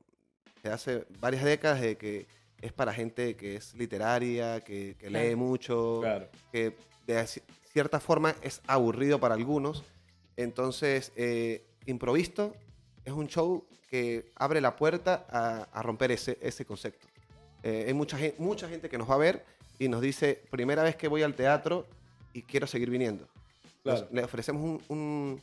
[SPEAKER 7] de hace varias décadas de que es para gente que es literaria, que, que lee
[SPEAKER 6] Claro.
[SPEAKER 7] mucho,
[SPEAKER 5] Claro.
[SPEAKER 7] que de ci- cierta forma es aburrido para algunos. Entonces, eh, Improvisto es un show que abre la puerta a, a romper ese, ese concepto. Eh, hay mucha gente, mucha gente que nos va a ver y nos dice, primera vez que voy al teatro y quiero seguir viniendo. Nos-
[SPEAKER 5] Claro.
[SPEAKER 7] le ofrecemos un, un-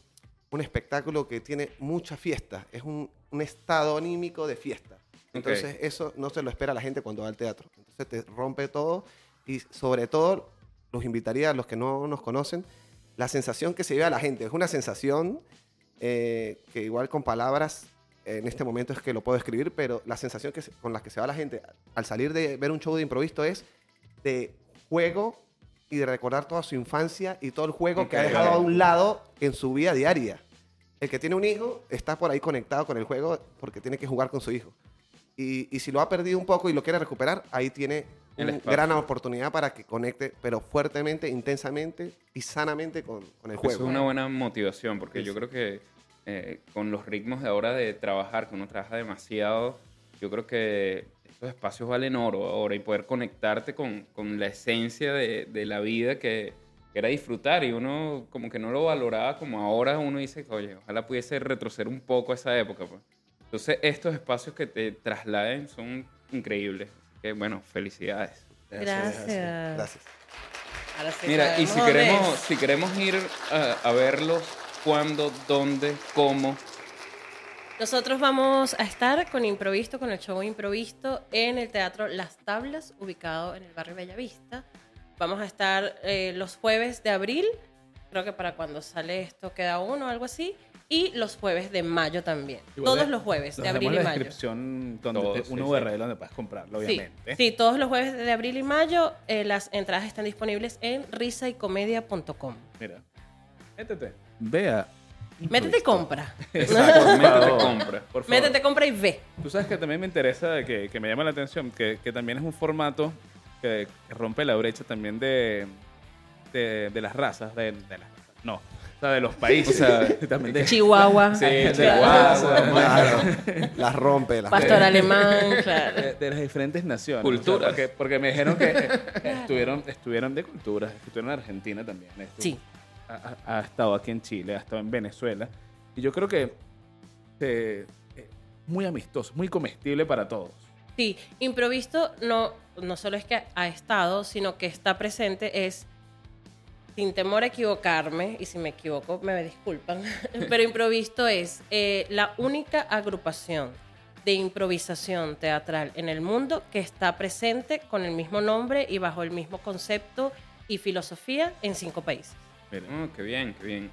[SPEAKER 7] un espectáculo que tiene muchas fiestas. Es un, un estado anímico de fiesta. Entonces, eso no se lo espera la gente cuando va al teatro. Entonces, te rompe todo y, sobre todo, los invitaría a los que no nos conocen, la sensación que se lleva a la gente. Es una sensación eh, que, igual con palabras, en este momento es que lo puedo describir, pero la sensación que se- con la que se va la gente al salir de ver un show de improviso es de juego y de recordar toda su infancia y todo el juego que ha
[SPEAKER 4] Ok.
[SPEAKER 7] dejado a un lado en su vida diaria. El que tiene un hijo está por ahí conectado con el juego porque tiene que jugar con su hijo. Y, y si lo ha perdido un poco y lo quiere recuperar, ahí tiene
[SPEAKER 4] El
[SPEAKER 7] una
[SPEAKER 4] espacio.
[SPEAKER 7] gran oportunidad para que conecte, pero fuertemente, intensamente y sanamente con, con el
[SPEAKER 4] Eso
[SPEAKER 7] juego.
[SPEAKER 4] es una buena motivación, porque
[SPEAKER 7] Sí,
[SPEAKER 4] yo
[SPEAKER 7] sí.
[SPEAKER 4] creo que eh, con los ritmos de ahora de trabajar, que uno trabaja demasiado, yo creo que estos espacios valen oro ahora y poder conectarte con, con la esencia de, de la vida que, que era disfrutar y uno como que no lo valoraba como ahora uno dice, oye, ojalá pudiese retroceder un poco a esa época. pues". Entonces estos espacios que te trasladen son increíbles. Así que bueno, felicidades.
[SPEAKER 6] Gracias.
[SPEAKER 7] Gracias.
[SPEAKER 6] Ahora sí
[SPEAKER 4] Mira, y
[SPEAKER 6] sabemos
[SPEAKER 4] si
[SPEAKER 6] dónde
[SPEAKER 4] queremos,
[SPEAKER 6] es.
[SPEAKER 4] si queremos ir a, a verlos, ¿cuándo, dónde, cómo?
[SPEAKER 6] Nosotros vamos a estar con Improvisto, con el show Improvisto, en el Teatro Las Tablas, ubicado en el barrio Bellavista. Vamos a estar eh, los jueves de abril, creo que para cuando sale esto queda uno o algo así, y los jueves de mayo también.
[SPEAKER 5] Igual
[SPEAKER 6] todos
[SPEAKER 5] le-
[SPEAKER 6] los jueves,
[SPEAKER 5] nos
[SPEAKER 6] de abril
[SPEAKER 5] damos
[SPEAKER 6] y
[SPEAKER 5] la
[SPEAKER 6] mayo.
[SPEAKER 5] descripción donde
[SPEAKER 4] Todo,
[SPEAKER 5] te-
[SPEAKER 4] sí,
[SPEAKER 5] una
[SPEAKER 4] sí.
[SPEAKER 5] URL donde puedes comprarlo,
[SPEAKER 6] Sí,
[SPEAKER 5] obviamente.
[SPEAKER 6] sí, todos los jueves de abril y mayo eh, las entradas están disponibles en risaycomedia.com.
[SPEAKER 5] Mira. Métete. Vea
[SPEAKER 6] Métete y compra.
[SPEAKER 4] Exacto, métete
[SPEAKER 5] favor.
[SPEAKER 4] compra.
[SPEAKER 5] Por favor.
[SPEAKER 6] Métete, compra y ve.
[SPEAKER 5] Tú sabes que también me interesa, que, que me llama la atención, que, que también es un formato que, que rompe la brecha también de, de, de las razas, de, de las no, o sea, de los países.
[SPEAKER 4] O sea,
[SPEAKER 5] también de,
[SPEAKER 6] Chihuahua,
[SPEAKER 5] Sí, de-
[SPEAKER 4] Chihuahua,
[SPEAKER 7] Claro, las rompe, las
[SPEAKER 6] pastor alemán, claro.
[SPEAKER 5] de- de las diferentes naciones.
[SPEAKER 4] Culturas.
[SPEAKER 5] O sea, porque, porque me dijeron que eh, estuvieron, estuvieron de culturas, estuvieron en Argentina también. estuvo-
[SPEAKER 6] Sí.
[SPEAKER 5] ha, ha- ha estado aquí en Chile, ha estado en Venezuela. Y yo creo que eh, eh, muy amistoso, muy comestible para todos.
[SPEAKER 6] Sí, improvisto no, no solo es que ha estado, sino que está presente, es sin temor a equivocarme, y si me equivoco me disculpan, pero improvisto es eh, la única agrupación de improvisación teatral en el mundo que está presente con el mismo nombre y bajo el mismo concepto y filosofía en cinco países.
[SPEAKER 4] Oh, qué bien, qué bien.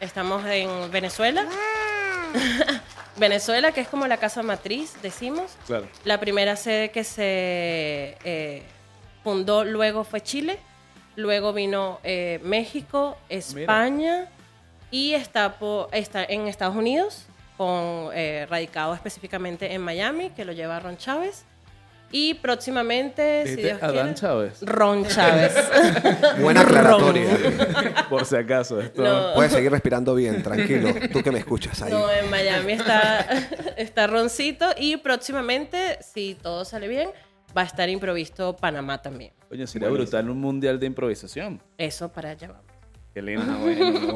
[SPEAKER 6] Estamos en Venezuela. Venezuela, que es como la casa matriz, decimos.
[SPEAKER 5] Claro.
[SPEAKER 6] La primera sede que se eh, fundó luego fue Chile, luego vino eh, México, España y está, po- está en Estados Unidos, con, eh, radicado específicamente en Miami, que lo lleva Ron Chávez. Y próximamente, si Dios
[SPEAKER 5] Este Adán
[SPEAKER 6] quiere,
[SPEAKER 5] Chávez,
[SPEAKER 6] Ron Chávez.
[SPEAKER 7] Buena aclaratoria.
[SPEAKER 5] por si acaso. este. Esto,
[SPEAKER 6] No.
[SPEAKER 7] Puedes seguir respirando bien, tranquilo. Tú que me escuchas ahí.
[SPEAKER 6] No, eh. en Miami está, está Roncito y próximamente, si todo sale bien, va a estar improvisto Panamá también.
[SPEAKER 5] Coño, sería brutal un mundial de improvisación.
[SPEAKER 6] Eso para allá vamos.
[SPEAKER 5] Qué lindo.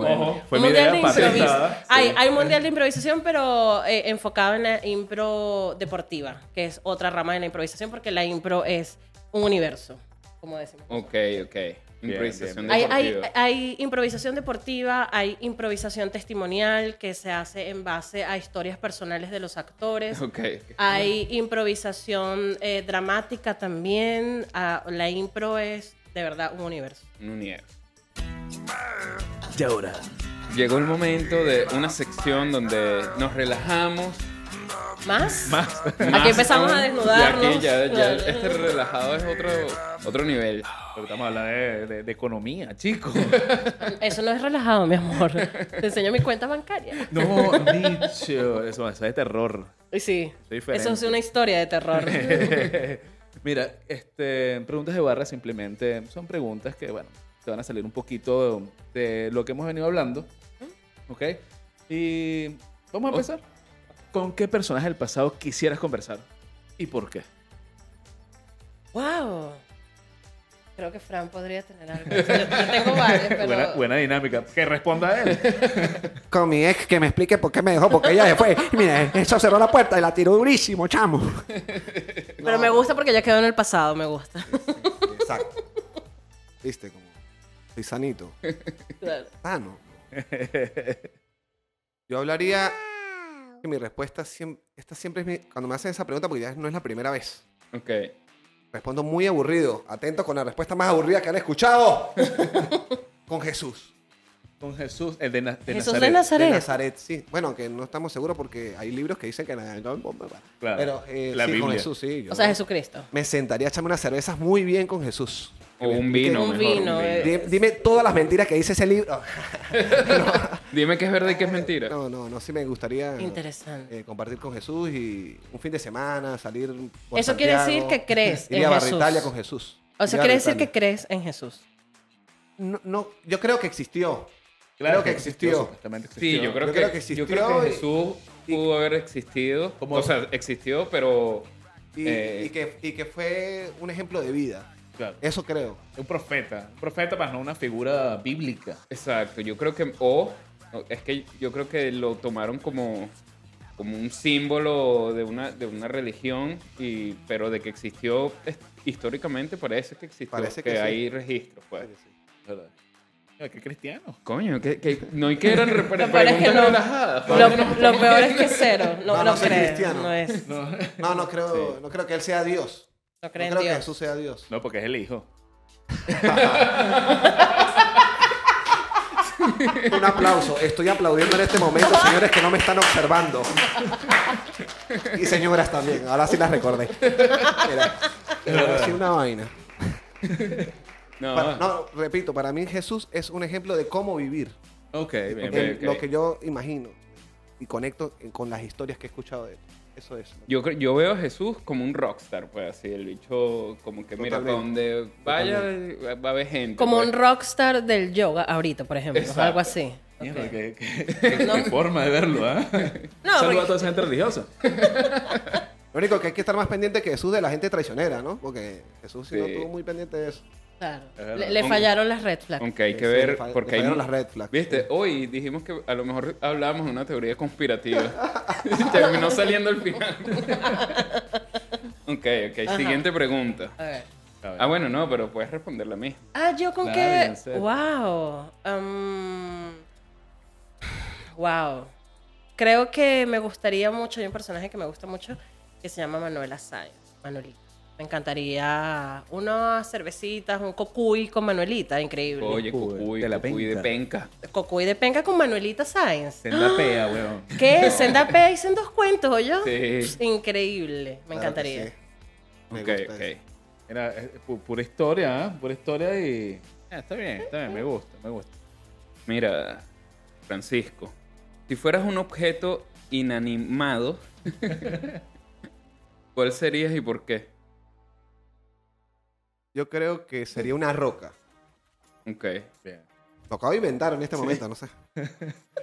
[SPEAKER 5] Ojo, fue mi
[SPEAKER 6] mundial
[SPEAKER 5] idea
[SPEAKER 6] de improvisación.
[SPEAKER 5] patentada.
[SPEAKER 6] Hay, hay mundial de improvisación, pero eh, enfocado en la impro deportiva, que es otra rama de la improvisación, porque la impro es un universo, como decimos.
[SPEAKER 4] Ok, ok.
[SPEAKER 5] Bien,
[SPEAKER 4] Improvisación
[SPEAKER 6] Hay, hay-
[SPEAKER 4] deportiva.
[SPEAKER 6] hay improvisación deportiva, hay improvisación testimonial que se hace en base a historias personales de los actores.
[SPEAKER 4] Ok, ok.
[SPEAKER 6] Hay improvisación eh, dramática también. Ah, la impro es de verdad un universo.
[SPEAKER 4] Un universo.
[SPEAKER 5] Y ahora,
[SPEAKER 4] Llegó el momento de una sección donde nos relajamos.
[SPEAKER 6] ¿Más?
[SPEAKER 5] más.
[SPEAKER 6] Aquí empezamos
[SPEAKER 4] aún,
[SPEAKER 6] a desnudarnos.
[SPEAKER 4] Y aquí ya, ya
[SPEAKER 6] Claro.
[SPEAKER 4] este relajado es otro, otro nivel.
[SPEAKER 5] Porque estamos hablando de, de- de economía, chicos.
[SPEAKER 6] Eso no es relajado, mi amor. Te enseño mi cuenta bancaria.
[SPEAKER 5] No, dicho. Eso, eso es terror.
[SPEAKER 6] Y Sí.
[SPEAKER 5] diferente.
[SPEAKER 6] Eso es una historia de terror.
[SPEAKER 5] Mira, este, preguntas de barra simplemente son preguntas que, bueno, te van a salir un poquito de, de lo que hemos venido hablando.
[SPEAKER 6] Mm.
[SPEAKER 5] ¿Ok? Y vamos a empezar. ¿Con qué personaje del pasado quisieras conversar? ¿Y por qué?
[SPEAKER 6] wow. Creo que Fran podría tener algo. Yo, yo tengo varios, pero.
[SPEAKER 5] Buena, buena dinámica. Que responda él.
[SPEAKER 7] Con mi ex que me explique por qué me dejó, porque ella se fue. Mira, eso cerró la puerta y la tiró durísimo, chamo.
[SPEAKER 6] Pero me gusta porque ya quedó en el pasado, me gusta.
[SPEAKER 7] Exacto. Viste, como. Soy sanito.
[SPEAKER 6] Claro.
[SPEAKER 7] Sano. Yo hablaría. Que mi respuesta siempre. Esta siempre es mi. Cuando me hacen esa pregunta, porque ya no es la primera vez.
[SPEAKER 4] Ok.
[SPEAKER 7] Respondo muy aburrido. Atento con la respuesta más aburrida que han escuchado. con Jesús.
[SPEAKER 5] Con Jesús, el de, Na- de
[SPEAKER 6] Jesús
[SPEAKER 5] Nazaret.
[SPEAKER 6] de
[SPEAKER 7] De
[SPEAKER 6] Nazaret.
[SPEAKER 7] Nazaret, sí. Bueno, que no estamos seguros porque hay libros que dicen que Nazaret.
[SPEAKER 5] Claro.
[SPEAKER 7] Pero eh,
[SPEAKER 5] La
[SPEAKER 7] sí, con
[SPEAKER 5] Biblia.
[SPEAKER 7] Jesús, sí. yo-
[SPEAKER 6] O sea, Jesucristo.
[SPEAKER 7] Me sentaría a echarme unas cervezas muy bien con Jesús.
[SPEAKER 4] O un vino.
[SPEAKER 6] Un
[SPEAKER 4] mejor,
[SPEAKER 6] vino, eh.
[SPEAKER 7] Di- Dime todas las mentiras que dice ese libro.
[SPEAKER 4] Dime que es verdad y que es mentira.
[SPEAKER 7] No, no, no, sí me gustaría
[SPEAKER 6] Interesante.
[SPEAKER 7] eh, compartir con Jesús y un fin de semana, salir. por
[SPEAKER 6] Eso quiere decir
[SPEAKER 7] Santiago,
[SPEAKER 6] que crees
[SPEAKER 7] Iría
[SPEAKER 6] en
[SPEAKER 7] a
[SPEAKER 6] Jesús.
[SPEAKER 7] Barritalia con Jesús.
[SPEAKER 6] O sea,
[SPEAKER 7] Iría a
[SPEAKER 6] quiere decir que
[SPEAKER 7] Barritalia.
[SPEAKER 6] crees en Jesús.
[SPEAKER 7] No, no, yo creo que existió.
[SPEAKER 5] Claro
[SPEAKER 7] creo que existió.
[SPEAKER 5] supuestamente
[SPEAKER 4] Sí, yo creo,
[SPEAKER 7] Yo
[SPEAKER 4] que,
[SPEAKER 7] creo que
[SPEAKER 4] yo creo que
[SPEAKER 7] existió
[SPEAKER 4] Jesús pudo haber existido. O sea, existió, pero
[SPEAKER 7] Y,
[SPEAKER 4] Eh.
[SPEAKER 7] y que, y que fue un ejemplo de vida.
[SPEAKER 5] Claro.
[SPEAKER 7] Eso creo.
[SPEAKER 5] Un profeta. Un profeta, más no una figura bíblica.
[SPEAKER 4] Exacto, yo creo que, o, o- es que yo creo que lo tomaron como, como un símbolo de una, de una religión, y, pero de que existió, es- históricamente parece que existió,
[SPEAKER 7] Parece
[SPEAKER 4] que,
[SPEAKER 7] que sí.
[SPEAKER 4] hay registros, pues.
[SPEAKER 5] ¿Verdad? Mira, qué cristiano.
[SPEAKER 4] Coño, que, que- no hay que eran re- pre-
[SPEAKER 6] Lo peor es que
[SPEAKER 4] preguntas
[SPEAKER 6] no.
[SPEAKER 4] relajadas.
[SPEAKER 6] Lo, lo peor es que cero. No,
[SPEAKER 7] No,
[SPEAKER 6] no,
[SPEAKER 7] no soy
[SPEAKER 6] cree.
[SPEAKER 7] cristiano.
[SPEAKER 6] No, es, no,
[SPEAKER 5] No,
[SPEAKER 7] No, no creo, no creo que él sea Dios.
[SPEAKER 6] cree
[SPEAKER 7] no
[SPEAKER 6] en
[SPEAKER 7] creo que
[SPEAKER 6] Dios.
[SPEAKER 7] Jesús sea Dios.
[SPEAKER 5] no porque es el hijo.
[SPEAKER 7] Un aplauso. Estoy aplaudiendo en este momento, señores que no me están observando. Y señoras también. Ahora sí las recordé. Mira, ahora sí una vaina.
[SPEAKER 4] No,
[SPEAKER 7] Para- no, repito, para mí Jesús es un ejemplo de cómo vivir.
[SPEAKER 5] Ok. Ok, bien,
[SPEAKER 4] Ok.
[SPEAKER 5] bien.
[SPEAKER 7] en lo que yo imagino y conecto en- con las historias que he escuchado de él. Eso es.
[SPEAKER 4] Yo, creo- yo veo a Jesús como un rockstar, pues así, el bicho como que mira, para
[SPEAKER 7] Totalmente.
[SPEAKER 4] donde vaya va a haber gente.
[SPEAKER 6] Como
[SPEAKER 4] pues.
[SPEAKER 6] un rockstar del yoga ahorita, por ejemplo.
[SPEAKER 4] Exacto.
[SPEAKER 6] Algo así.
[SPEAKER 5] Mierda,
[SPEAKER 6] Ok.
[SPEAKER 5] qué, qué- qué- qué
[SPEAKER 6] No.
[SPEAKER 5] forma de verlo, ¿ah? ¿eh?
[SPEAKER 6] No,
[SPEAKER 5] Saludo
[SPEAKER 6] porque-
[SPEAKER 5] a toda esa gente religiosa.
[SPEAKER 7] Lo único que hay que estar más pendiente que Jesús de la gente traicionera, ¿no? Porque Jesús sí, no
[SPEAKER 4] Sí.
[SPEAKER 7] estuvo muy pendiente de eso.
[SPEAKER 6] Claro.
[SPEAKER 5] verdad.
[SPEAKER 6] Le, le
[SPEAKER 4] Con-
[SPEAKER 6] fallaron las red flags.
[SPEAKER 4] Aunque hay que
[SPEAKER 7] Eh, Sí, le
[SPEAKER 4] ver,
[SPEAKER 7] fa- le
[SPEAKER 4] porque hay...
[SPEAKER 7] fallaron
[SPEAKER 4] mu-
[SPEAKER 7] las red flags.
[SPEAKER 4] Viste, hoy dijimos que a lo mejor hablábamos de una teoría conspirativa. Terminó saliendo al final. ok, ok,
[SPEAKER 6] Ajá.
[SPEAKER 4] siguiente pregunta.
[SPEAKER 6] A ver.
[SPEAKER 4] Ah, bueno, no, pero puedes responderla a mí.
[SPEAKER 6] Ah, yo con
[SPEAKER 5] Claro,
[SPEAKER 6] que.
[SPEAKER 5] ya sé.
[SPEAKER 6] Wow. Am, wow. Creo que me gustaría mucho. Hay un personaje que me gusta mucho que se llama Manuela Sáenz. Manuelita. Me encantaría unas cervecitas, un cocuy con Manuelita. Increíble.
[SPEAKER 4] Oye,
[SPEAKER 5] Cucuy,
[SPEAKER 4] cucuy,
[SPEAKER 5] de la
[SPEAKER 4] cucuy de penca.
[SPEAKER 6] Cocuy de penca con Manuelita Sáenz.
[SPEAKER 5] Senda pea, weón.
[SPEAKER 6] ¿Qué? Senda P en dos cuentos, ¿oyó?
[SPEAKER 4] Sí.
[SPEAKER 6] Pss, Increíble. Me
[SPEAKER 7] Claro que
[SPEAKER 6] encantaría.
[SPEAKER 7] sí. Me
[SPEAKER 4] Ok,
[SPEAKER 7] gusta eso.
[SPEAKER 4] ok.
[SPEAKER 5] Era eh, pu- pura historia, ¿ah? Pura historia y... Ah, está bien, está bien, me gusta, me gusta.
[SPEAKER 4] Mira, Francisco, si fueras un objeto inanimado, ¿cuál serías y por qué?
[SPEAKER 7] Yo creo que sería una roca.
[SPEAKER 4] Ok.
[SPEAKER 5] Bien.
[SPEAKER 7] Lo acabo de inventar en este momento, no sé.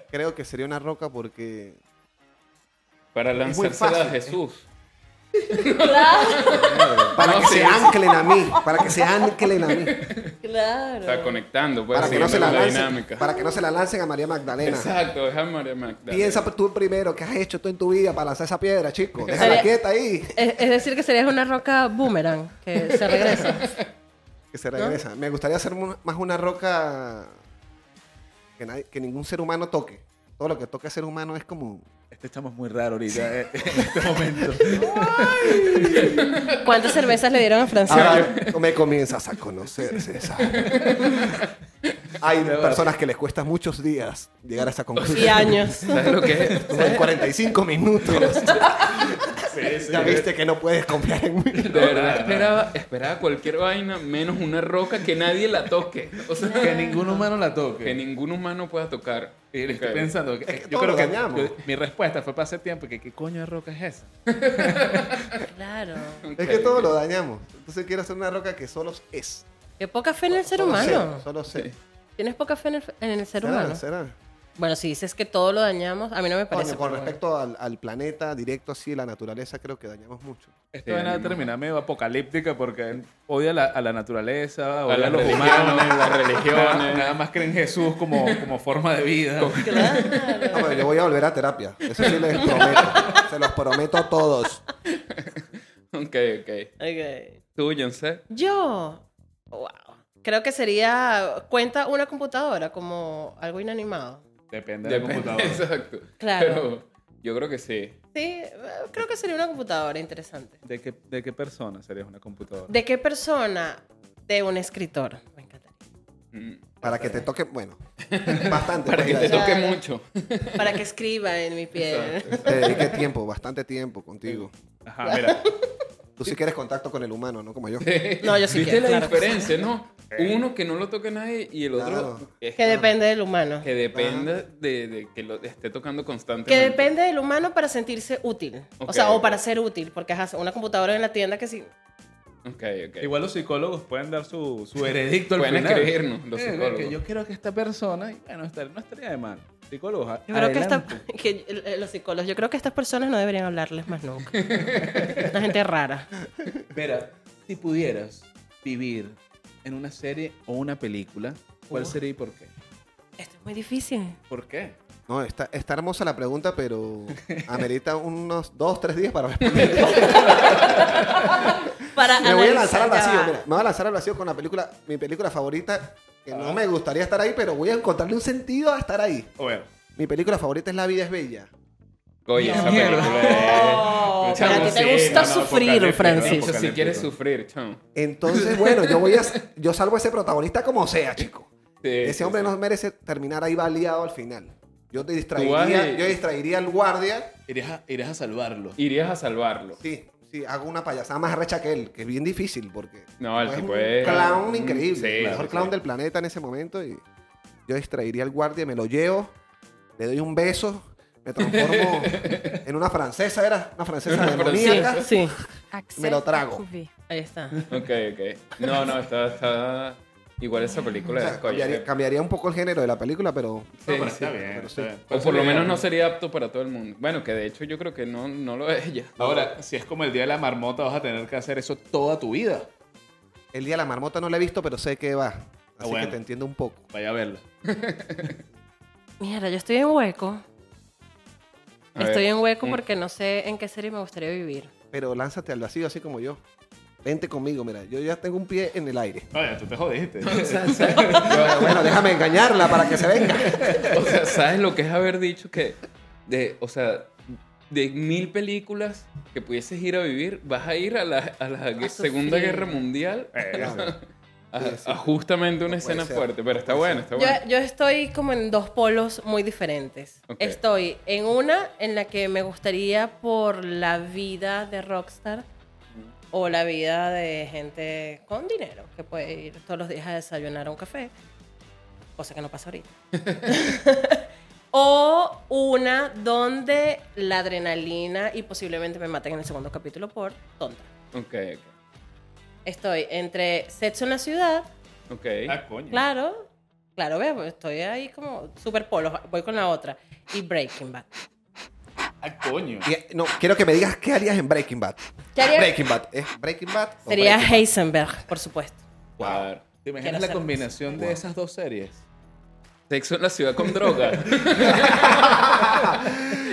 [SPEAKER 7] Creo que sería una roca porque
[SPEAKER 4] Para
[SPEAKER 7] Es muy
[SPEAKER 4] lanzársela a
[SPEAKER 7] fácil.
[SPEAKER 4] Jesús.
[SPEAKER 7] para
[SPEAKER 4] No,
[SPEAKER 7] que
[SPEAKER 4] sí,
[SPEAKER 7] se
[SPEAKER 4] es-
[SPEAKER 7] anclen a mí, para que se anclen a mí,
[SPEAKER 6] Claro.
[SPEAKER 4] Está conectando, pues,
[SPEAKER 7] para que no se
[SPEAKER 4] siguiendo
[SPEAKER 7] la
[SPEAKER 4] la
[SPEAKER 7] lancen,
[SPEAKER 4] dinámica.
[SPEAKER 7] para que no se la lancen a María Magdalena.
[SPEAKER 4] Exacto, es a María Magdalena.
[SPEAKER 7] Piensa tú primero qué has hecho tú en tu vida para lanzar esa piedra, chico. Déjala
[SPEAKER 6] Sería-
[SPEAKER 7] quieta ahí,
[SPEAKER 6] Es, es decir, que serías una roca boomerang que se regresa.
[SPEAKER 7] que se regresa. Me gustaría hacer mu- más una roca que, nadie- que ningún ser humano toque. Todo lo que toque ser humano es como
[SPEAKER 5] Este chamo es muy raro ahorita, eh, en este momento.
[SPEAKER 6] ¿Cuántas cervezas le dieron a Francisco?
[SPEAKER 7] Ahora me comienzas a conocer, César. Hay personas que les cuesta muchos días llegar a esa
[SPEAKER 6] y
[SPEAKER 7] conclusión.
[SPEAKER 6] años.
[SPEAKER 4] ¿Sabes lo que es?
[SPEAKER 7] Como en 45 minutos. ya viste que no puedes confiar en mí.
[SPEAKER 4] De verdad esperaba, esperaba cualquier vaina menos una roca que nadie la toque. O sea,
[SPEAKER 5] Que ningún humano la toque.
[SPEAKER 4] que ningún humano pueda tocar.
[SPEAKER 5] Y le estoy
[SPEAKER 4] Ok.
[SPEAKER 5] pensando,
[SPEAKER 7] que
[SPEAKER 5] yo
[SPEAKER 7] todos
[SPEAKER 5] creo
[SPEAKER 7] lo
[SPEAKER 5] que
[SPEAKER 7] dañamos.
[SPEAKER 5] yo- mi respuesta fue para hace tiempo que qué coño de roca es esa.
[SPEAKER 6] Claro.
[SPEAKER 7] Es que todo lo dañamos. Entonces quiero hacer una roca que solo es.
[SPEAKER 6] Qué poca fe en el ser
[SPEAKER 7] Solo
[SPEAKER 6] humano.
[SPEAKER 7] sé, Solo sé.
[SPEAKER 6] Tienes poca fe en el, en el ser
[SPEAKER 7] ¿Será?
[SPEAKER 6] humano.
[SPEAKER 7] ¿Será?
[SPEAKER 6] Bueno, si dices que todo lo dañamos, a mí no me
[SPEAKER 7] Coño,
[SPEAKER 6] parece.
[SPEAKER 7] con
[SPEAKER 6] pero
[SPEAKER 7] respecto al, al planeta directo así, la naturaleza, creo que dañamos mucho.
[SPEAKER 5] Esto
[SPEAKER 4] Sí,
[SPEAKER 5] van a
[SPEAKER 4] animal.
[SPEAKER 5] terminar medio apocalíptica porque odia la- a la naturaleza,
[SPEAKER 4] A
[SPEAKER 5] odia a,
[SPEAKER 4] las
[SPEAKER 5] los
[SPEAKER 4] religiones,
[SPEAKER 5] humanos,
[SPEAKER 4] las
[SPEAKER 5] Nada,
[SPEAKER 4] religiones.
[SPEAKER 5] nada más creen Jesús como, como forma de vida.
[SPEAKER 7] No, pero yo voy a volver a terapia. Eso sí les prometo. Se los prometo a todos.
[SPEAKER 4] Ok, ok.
[SPEAKER 6] bueno. Ok.
[SPEAKER 4] Tú, Jonse.
[SPEAKER 6] Yo. Wow. Creo que sería. Cuenta una computadora como algo inanimado.
[SPEAKER 5] Depende del
[SPEAKER 4] Depende,
[SPEAKER 5] computador.
[SPEAKER 4] Exacto.
[SPEAKER 6] Claro.
[SPEAKER 4] Pero yo creo que sí.
[SPEAKER 6] Sí, eh, creo que sería una computadora interesante.
[SPEAKER 5] ¿De qué, ¿De qué persona serías una computadora?
[SPEAKER 6] ¿De qué persona? De un escritor. Me encantaría.
[SPEAKER 4] Mm.
[SPEAKER 7] Para que te toque, bueno, bastante.
[SPEAKER 4] Para
[SPEAKER 7] pues,
[SPEAKER 4] que te
[SPEAKER 7] gracias.
[SPEAKER 4] toque
[SPEAKER 6] Claro.
[SPEAKER 4] mucho.
[SPEAKER 6] Para que escriba en mi piel.
[SPEAKER 7] Te dediqué tiempo, bastante tiempo contigo.
[SPEAKER 5] Ajá, mira.
[SPEAKER 7] Tú sí quieres contacto con el humano, ¿no? Como yo.
[SPEAKER 6] No, yo sí
[SPEAKER 4] ¿Viste
[SPEAKER 6] quiero,
[SPEAKER 4] la
[SPEAKER 6] claro que sí.
[SPEAKER 4] diferencia, no? Uno que no lo toque nadie y el otro
[SPEAKER 7] Claro.
[SPEAKER 4] es
[SPEAKER 6] Que depende del humano.
[SPEAKER 4] que depende de, de que lo esté tocando
[SPEAKER 6] Que
[SPEAKER 4] constantemente.
[SPEAKER 6] depende del humano para sentirse útil. O
[SPEAKER 4] Ok.
[SPEAKER 6] sea, o para ser útil. Porque ajá, una computadora en la tienda que sí.
[SPEAKER 4] Ok, ok.
[SPEAKER 5] Igual los psicólogos pueden dar su, su veredicto al
[SPEAKER 4] Pueden
[SPEAKER 5] final.
[SPEAKER 4] escribirnos los
[SPEAKER 5] Eh,
[SPEAKER 4] psicólogos.
[SPEAKER 5] que yo quiero que esta persona, y bueno, estar- no estaría de mal. Psicólogos, a-
[SPEAKER 6] Yo creo que, esta-
[SPEAKER 5] adelante.
[SPEAKER 6] que, eh, los psicólogos, yo creo que estas personas no deberían hablarles más nunca. Una gente rara.
[SPEAKER 5] Mira, si pudieras vivir en una serie o una película, ¿cuál
[SPEAKER 6] Uf.
[SPEAKER 5] sería y por qué?
[SPEAKER 6] Esto es muy difícil.
[SPEAKER 5] ¿Por qué?
[SPEAKER 7] No, está, está hermosa la pregunta, pero amerita unos dos, tres días para responder.
[SPEAKER 6] Para
[SPEAKER 7] Me voy a
[SPEAKER 6] analizar,
[SPEAKER 7] lanzar al
[SPEAKER 6] ya
[SPEAKER 7] vacío,
[SPEAKER 6] va.
[SPEAKER 7] mira. Me voy a lanzar al vacío con la película, mi película favorita, que no me gustaría estar ahí, pero voy a encontrarle un sentido a estar ahí.
[SPEAKER 5] O bueno,
[SPEAKER 7] Mi película favorita es La vida es bella.
[SPEAKER 4] Oye, esa
[SPEAKER 5] Mierda.
[SPEAKER 4] película
[SPEAKER 6] No,
[SPEAKER 4] es-
[SPEAKER 6] pero a ti te gusta sufrir,
[SPEAKER 5] apocalíptico,
[SPEAKER 6] Francis.
[SPEAKER 4] Eso si quieres sufrir, chamo.
[SPEAKER 7] Entonces, bueno, yo voy a, yo salvo a ese protagonista como sea, chico.
[SPEAKER 4] Sí, sí,
[SPEAKER 7] Ese hombre
[SPEAKER 4] sí.
[SPEAKER 7] no merece terminar ahí baleado al final. Yo te
[SPEAKER 4] vas
[SPEAKER 7] distraería,
[SPEAKER 4] y-
[SPEAKER 7] yo distraería al guardia.
[SPEAKER 5] Irás a, irás a salvarlo.
[SPEAKER 4] Irías a salvarlo.
[SPEAKER 7] Sí, sí, hago una payasada más arrecha que él, que es bien difícil porque
[SPEAKER 4] No, el
[SPEAKER 7] es
[SPEAKER 4] tipo
[SPEAKER 7] un
[SPEAKER 4] es-
[SPEAKER 7] clown
[SPEAKER 4] un-
[SPEAKER 7] increíble,
[SPEAKER 4] sí,
[SPEAKER 7] el mejor
[SPEAKER 4] sí,
[SPEAKER 7] clown
[SPEAKER 4] sí.
[SPEAKER 7] del planeta en ese momento y Yo distraería al guardia, me lo llevo, le doy un beso, me transformo en una francesa, era una francesa demoníaca.
[SPEAKER 6] Sí, sí.
[SPEAKER 7] Me lo trago.
[SPEAKER 6] Ahí está.
[SPEAKER 4] Ok, ok. No, no, está, está igual esa película.
[SPEAKER 7] O
[SPEAKER 4] de
[SPEAKER 7] sea,
[SPEAKER 4] coño,
[SPEAKER 7] cambiaría,
[SPEAKER 4] que-
[SPEAKER 7] cambiaría un poco el género de la película, pero
[SPEAKER 4] sí,
[SPEAKER 5] pero
[SPEAKER 4] sí.
[SPEAKER 5] está bien.
[SPEAKER 7] pero
[SPEAKER 5] está
[SPEAKER 7] sí.
[SPEAKER 5] bien.
[SPEAKER 4] O por lo menos no sería apto para todo el mundo. Bueno, que de hecho yo creo que no, no lo es ella.
[SPEAKER 5] Ahora, si es como el día de la marmota, vas a tener que hacer eso toda tu vida.
[SPEAKER 7] el día de la marmota no la he visto, pero sé que va. Así
[SPEAKER 5] bueno.
[SPEAKER 7] que te entiendo un poco.
[SPEAKER 5] Vaya a verla.
[SPEAKER 6] Mierda, yo estoy en hueco.
[SPEAKER 4] A ver.
[SPEAKER 6] Estoy en hueco
[SPEAKER 4] Mm.
[SPEAKER 6] porque no sé en qué serie me gustaría vivir.
[SPEAKER 7] Pero lánzate al vacío, así como yo. Vente conmigo, mira, yo ya tengo un pie en el aire.
[SPEAKER 5] Oye, tú te jodiste.
[SPEAKER 7] Pero bueno, déjame engañarla para que se venga.
[SPEAKER 4] O sea, ¿sabes lo que es haber dicho que de, o sea, de mil películas que pudieses ir a vivir, vas a ir a la, a la gue-
[SPEAKER 6] sufrir.
[SPEAKER 4] Segunda Guerra Mundial? Eh,
[SPEAKER 7] Claro.
[SPEAKER 4] a,
[SPEAKER 7] Sí, sí.
[SPEAKER 4] a justamente una
[SPEAKER 7] No puede
[SPEAKER 4] escena
[SPEAKER 7] ser.
[SPEAKER 4] fuerte,
[SPEAKER 7] No
[SPEAKER 4] pero está
[SPEAKER 7] puede
[SPEAKER 4] bueno, está
[SPEAKER 6] Yo,
[SPEAKER 4] bueno.
[SPEAKER 6] yo estoy como en dos polos muy diferentes.
[SPEAKER 4] Ok.
[SPEAKER 6] Estoy en una en la que me gustaría por la vida de rockstar o la vida de gente con dinero que puede ir todos los días a desayunar a un café, cosa que no pasa ahorita. o una donde la adrenalina y posiblemente me maten en el segundo capítulo por tonta.
[SPEAKER 4] Ok,
[SPEAKER 6] Estoy entre sexo en la ciudad
[SPEAKER 4] ok. ok.
[SPEAKER 5] Ah, coño.
[SPEAKER 6] Claro, claro, veo, estoy ahí como super polo, voy con la otra. Y Breaking Bad.
[SPEAKER 5] Ah, coño.
[SPEAKER 7] Y- no, quiero que me digas qué harías en Breaking Bad.
[SPEAKER 6] ¿Qué haría?
[SPEAKER 7] Breaking Bad, ¿es Breaking Bad? o
[SPEAKER 6] Sería
[SPEAKER 7] Breaking Bad?
[SPEAKER 6] Heisenberg, por supuesto.
[SPEAKER 5] Ah.
[SPEAKER 4] Claro.
[SPEAKER 5] ¿Te
[SPEAKER 6] Quiero
[SPEAKER 5] imaginas la
[SPEAKER 6] ser-
[SPEAKER 5] combinación de esas dos series?
[SPEAKER 4] Sexo en la ciudad con droga.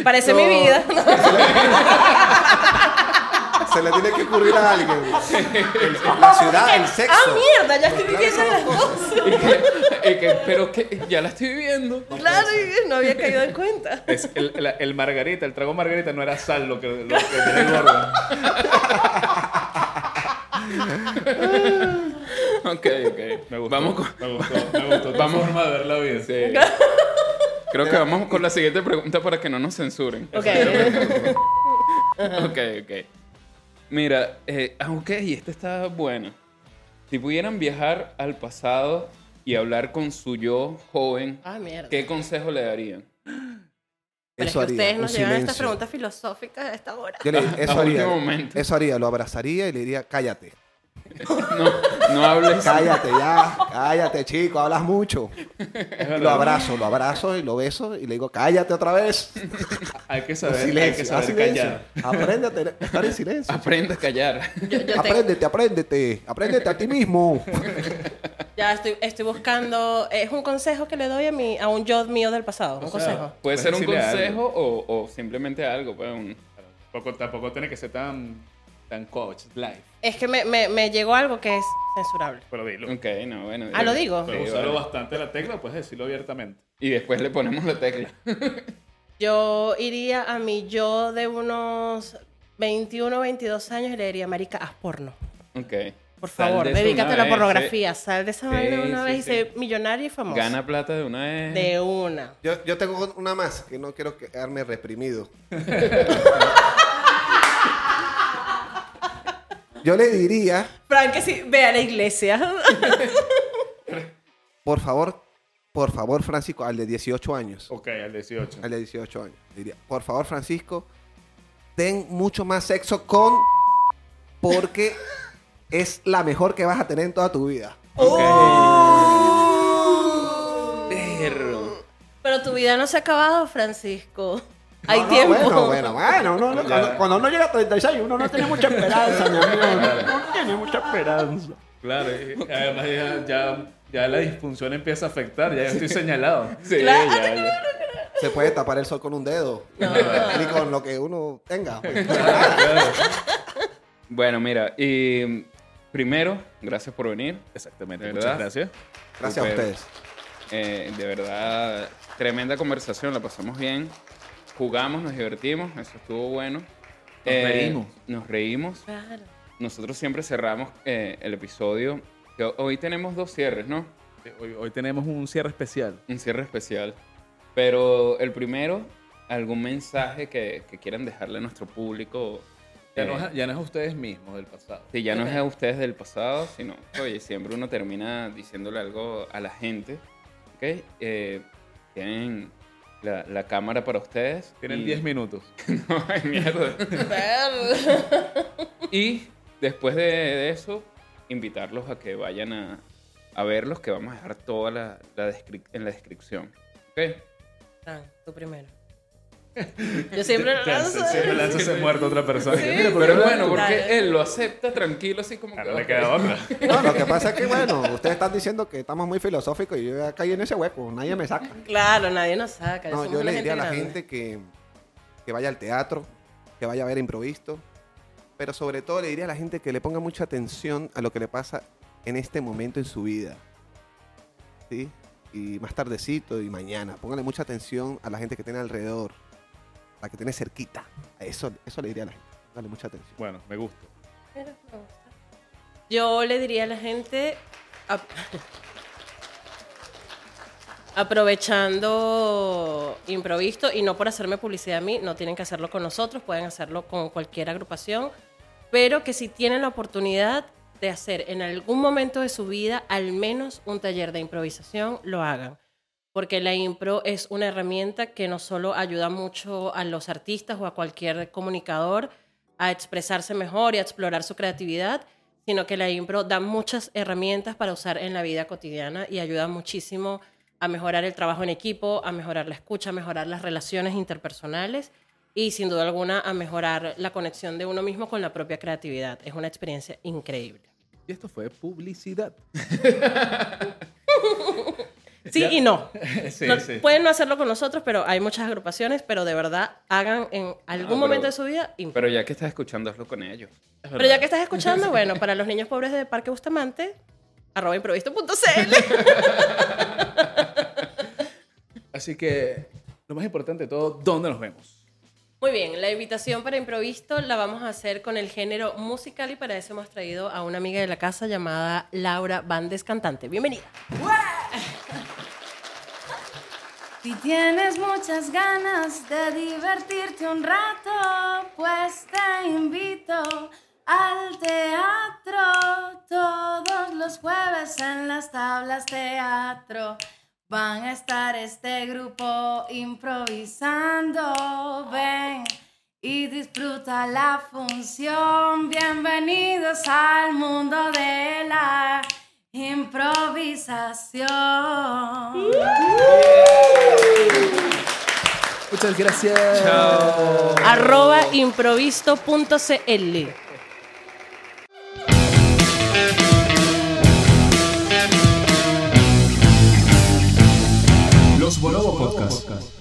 [SPEAKER 6] Parece mi vida.
[SPEAKER 7] Se le tiene que ocurrir a alguien. El- la ciudad, el sexo.
[SPEAKER 6] Ah, mierda, ya estoy
[SPEAKER 7] Claro,
[SPEAKER 6] viviendo
[SPEAKER 7] son
[SPEAKER 6] las
[SPEAKER 7] dos
[SPEAKER 6] dos.
[SPEAKER 4] Y que- y que- pero que ya la estoy viviendo.
[SPEAKER 6] Claro, y no había caído en cuenta.
[SPEAKER 5] Es el, la- el margarita, el trago margarita no era sal lo que, lo que tenía el gordo.
[SPEAKER 4] Ok, ok.
[SPEAKER 5] Me gustó.
[SPEAKER 4] Vamos con-
[SPEAKER 5] Me gustó. Me gustó. Vamos forma de ver la vida.
[SPEAKER 4] sí. Creo que vamos con la siguiente pregunta para que no nos censuren.
[SPEAKER 6] Ok.
[SPEAKER 4] Ok, ok. Mira, eh, ah, ok, esta está buena. Si pudieran viajar al pasado y hablar con su yo joven,
[SPEAKER 6] Ah, mierda.
[SPEAKER 4] ¿qué consejo le darían?
[SPEAKER 6] Pero es que
[SPEAKER 7] Eso haría,
[SPEAKER 6] ustedes
[SPEAKER 7] un
[SPEAKER 6] nos llevan a estas
[SPEAKER 7] silencio.
[SPEAKER 6] preguntas filosóficas a esta hora.
[SPEAKER 7] Yo le- eso,
[SPEAKER 4] a
[SPEAKER 7] haría,
[SPEAKER 4] último momento.
[SPEAKER 7] eso haría, lo abrazaría y le diría, cállate.
[SPEAKER 4] No, no hables.
[SPEAKER 7] Cállate ya, cállate chico, hablas mucho. Y lo abrazo, lo abrazo y lo beso y le digo, cállate otra vez.
[SPEAKER 5] Hay que saber, hay que
[SPEAKER 7] silencio, haz
[SPEAKER 5] saber
[SPEAKER 7] silencio.
[SPEAKER 5] callar.
[SPEAKER 7] Aprende a tener- a estar en silencio.
[SPEAKER 4] Aprende a callar.
[SPEAKER 6] Yo, yo tengo-
[SPEAKER 7] Apréndete, apréndete, apréndete a ti mismo.
[SPEAKER 6] ya estoy, estoy buscando. Es un consejo que le doy a, mi, a un yo mío del pasado. Un consejo.
[SPEAKER 4] Puede
[SPEAKER 5] Puedes
[SPEAKER 4] ser un
[SPEAKER 5] decirle
[SPEAKER 4] consejo
[SPEAKER 5] algo.
[SPEAKER 4] o, o simplemente algo. pues, un-
[SPEAKER 5] Tampoco, tampoco tiene que ser tan, tan coach live.
[SPEAKER 6] Es que me, me- me llegó algo que es censurable.
[SPEAKER 5] Pero dilo.
[SPEAKER 4] Ok, no, bueno.
[SPEAKER 6] Ah, ¿lo digo?
[SPEAKER 4] Sí,
[SPEAKER 5] Pero usarlo
[SPEAKER 4] bueno.
[SPEAKER 5] bastante la tecla, puedes decirlo abiertamente.
[SPEAKER 4] Y después le ponemos la tecla.
[SPEAKER 6] Yo iría a mi yo de unos 21, 22 años y le diría, marica, haz porno.
[SPEAKER 4] Ok.
[SPEAKER 6] Por
[SPEAKER 4] Sal
[SPEAKER 6] favor,
[SPEAKER 4] de eso una
[SPEAKER 6] dedícate a la
[SPEAKER 4] vez,
[SPEAKER 6] pornografía. Sal de esa
[SPEAKER 4] Sí,
[SPEAKER 6] vaina de una
[SPEAKER 4] sí,
[SPEAKER 6] vez y
[SPEAKER 4] sí.
[SPEAKER 6] sé millonario y
[SPEAKER 4] sí.
[SPEAKER 6] famoso.
[SPEAKER 4] Gana plata de una vez.
[SPEAKER 6] De una.
[SPEAKER 7] Yo, yo tengo una más que no quiero quedarme reprimido. Yo le diría,
[SPEAKER 6] Frank, que sí, ve a la iglesia.
[SPEAKER 7] por favor, por favor, Francisco, al de 18 años.
[SPEAKER 5] Ok, al 18.
[SPEAKER 7] Al de 18 años. le Diría, por favor, Francisco, ten mucho más sexo con porque es la mejor que vas a tener en toda tu vida.
[SPEAKER 4] Ok. Perro.
[SPEAKER 6] Pero tu vida no se ha acabado, Francisco. Hay
[SPEAKER 7] No, no,
[SPEAKER 6] tiempo.
[SPEAKER 7] Bueno, bueno, bueno. uno no- cuando, cuando uno llega a 36, uno no tiene mucha esperanza, mi amigo. No tiene mucha esperanza.
[SPEAKER 5] Claro, y además ya, ya, ya la disfunción empieza a afectar, ya yo estoy señalado.
[SPEAKER 4] Sí,
[SPEAKER 6] Claro.
[SPEAKER 4] ya, ya.
[SPEAKER 7] Se puede tapar el sol con un dedo. Ni con lo que uno tenga. pues.
[SPEAKER 4] Bueno, mira, y mm, primero, gracias por venir.
[SPEAKER 5] Exactamente,
[SPEAKER 4] ¿De
[SPEAKER 5] muchas
[SPEAKER 4] verdad?
[SPEAKER 5] gracias.
[SPEAKER 7] Gracias a
[SPEAKER 4] Súper.
[SPEAKER 7] ustedes.
[SPEAKER 4] Eh, de verdad, tremenda conversación, la pasamos bien. Jugamos, nos divertimos, eso estuvo bueno. Nos
[SPEAKER 5] reímos.
[SPEAKER 4] Nos reímos.
[SPEAKER 6] Claro.
[SPEAKER 4] Nosotros siempre cerramos eh, el episodio. que hoy tenemos dos cierres, ¿no?
[SPEAKER 5] Hoy, hoy tenemos un cierre especial.
[SPEAKER 4] Un cierre especial. Pero el primero, algún mensaje que, que quieran dejarle a nuestro público.
[SPEAKER 5] Ya,
[SPEAKER 4] eh,
[SPEAKER 5] no, es- ya no es a ustedes mismos del pasado.
[SPEAKER 4] Sí, ya no es a ustedes del pasado, sino, oye, siempre uno termina diciéndole algo a la gente ¿ok? Eh, tienen la, la cámara para ustedes.
[SPEAKER 5] Tienen
[SPEAKER 4] y-
[SPEAKER 5] 10 minutos.
[SPEAKER 4] Ay, mierda. Y después de, de eso, invitarlos a que vayan a, a verlos, que vamos a dejar toda la, la descri- en la descripción. ¿Ok?
[SPEAKER 6] Fran, tú primero. Yo siempre lo
[SPEAKER 5] Se-
[SPEAKER 6] lanzo.
[SPEAKER 5] se- Siempre lanzas a muerto a otra persona.
[SPEAKER 6] Sí,
[SPEAKER 5] Mira,
[SPEAKER 4] Pero
[SPEAKER 5] pero-
[SPEAKER 4] bueno,
[SPEAKER 6] Dale.
[SPEAKER 4] porque él lo acepta tranquilo, así como
[SPEAKER 5] Ahora
[SPEAKER 4] que.
[SPEAKER 5] Ah, le queda otra.
[SPEAKER 7] No, lo que pasa es que, bueno, ustedes están diciendo que estamos muy filosóficos y yo ya caí en ese hueco, nadie me saca.
[SPEAKER 6] Claro, nadie nos saca.
[SPEAKER 7] No,
[SPEAKER 6] somos
[SPEAKER 7] yo
[SPEAKER 6] una
[SPEAKER 7] le diría a la
[SPEAKER 6] grande.
[SPEAKER 7] gente que, que vaya al teatro, que vaya a ver improvisto, pero sobre todo le diría a la gente que le ponga mucha atención a lo que le pasa en este momento en su vida. ¿Sí? Y más tardecito y mañana. Póngale mucha atención a la gente que tiene alrededor, la que tiene cerquita. A Eso, eso le diría a la gente. Dale mucha atención.
[SPEAKER 5] Bueno, me gusta.
[SPEAKER 6] Pero me gusta. Yo le diría a la gente, ap- aprovechando improviso y no por hacerme publicidad a mí, no tienen que hacerlo con nosotros, pueden hacerlo con cualquier agrupación, pero que si tienen la oportunidad de hacer en algún momento de su vida al menos un taller de improvisación, lo hagan. Porque la impro es una herramienta que no solo ayuda mucho a los artistas o a cualquier comunicador, a expresarse mejor y a explorar su creatividad, sino que la impro da muchas herramientas para usar en la vida cotidiana y ayuda muchísimo a mejorar el trabajo en equipo, a mejorar la escucha, a mejorar las relaciones interpersonales y sin duda alguna a mejorar la conexión de uno mismo con la propia creatividad. Es una experiencia increíble.
[SPEAKER 5] Y esto fue publicidad.
[SPEAKER 6] Sí y no.
[SPEAKER 5] Sí,
[SPEAKER 6] No- pues-
[SPEAKER 5] sí.
[SPEAKER 6] Pueden no hacerlo con nosotros, pero hay muchas agrupaciones, pero de verdad hagan en algún
[SPEAKER 4] pero-
[SPEAKER 6] momento de su vida impro.
[SPEAKER 4] Pero ya que estás escuchando, hazlo con ellos.
[SPEAKER 6] Pero ya que estás escuchando, bueno, para los niños pobres de Parque Bustamante, arroba improvisto.cl.
[SPEAKER 5] Así que, lo más importante de todo, ¿dónde nos vemos?
[SPEAKER 6] Muy bien, la invitación para improvisto la vamos a hacer con el género musical y para eso hemos traído a una amiga de la casa llamada Laura Bandes, cantante. Bienvenida.
[SPEAKER 1] Si tienes muchas ganas de divertirte un rato, pues te invito al teatro. Todos los jueves en las tablas teatro van a estar este grupo improvisando. Ven y disfruta la función. Bienvenidos al mundo de la improvisación.
[SPEAKER 5] Muchas gracias. Chao.
[SPEAKER 6] Arroba improvisto.cl.
[SPEAKER 2] Los Bonobo Podcast.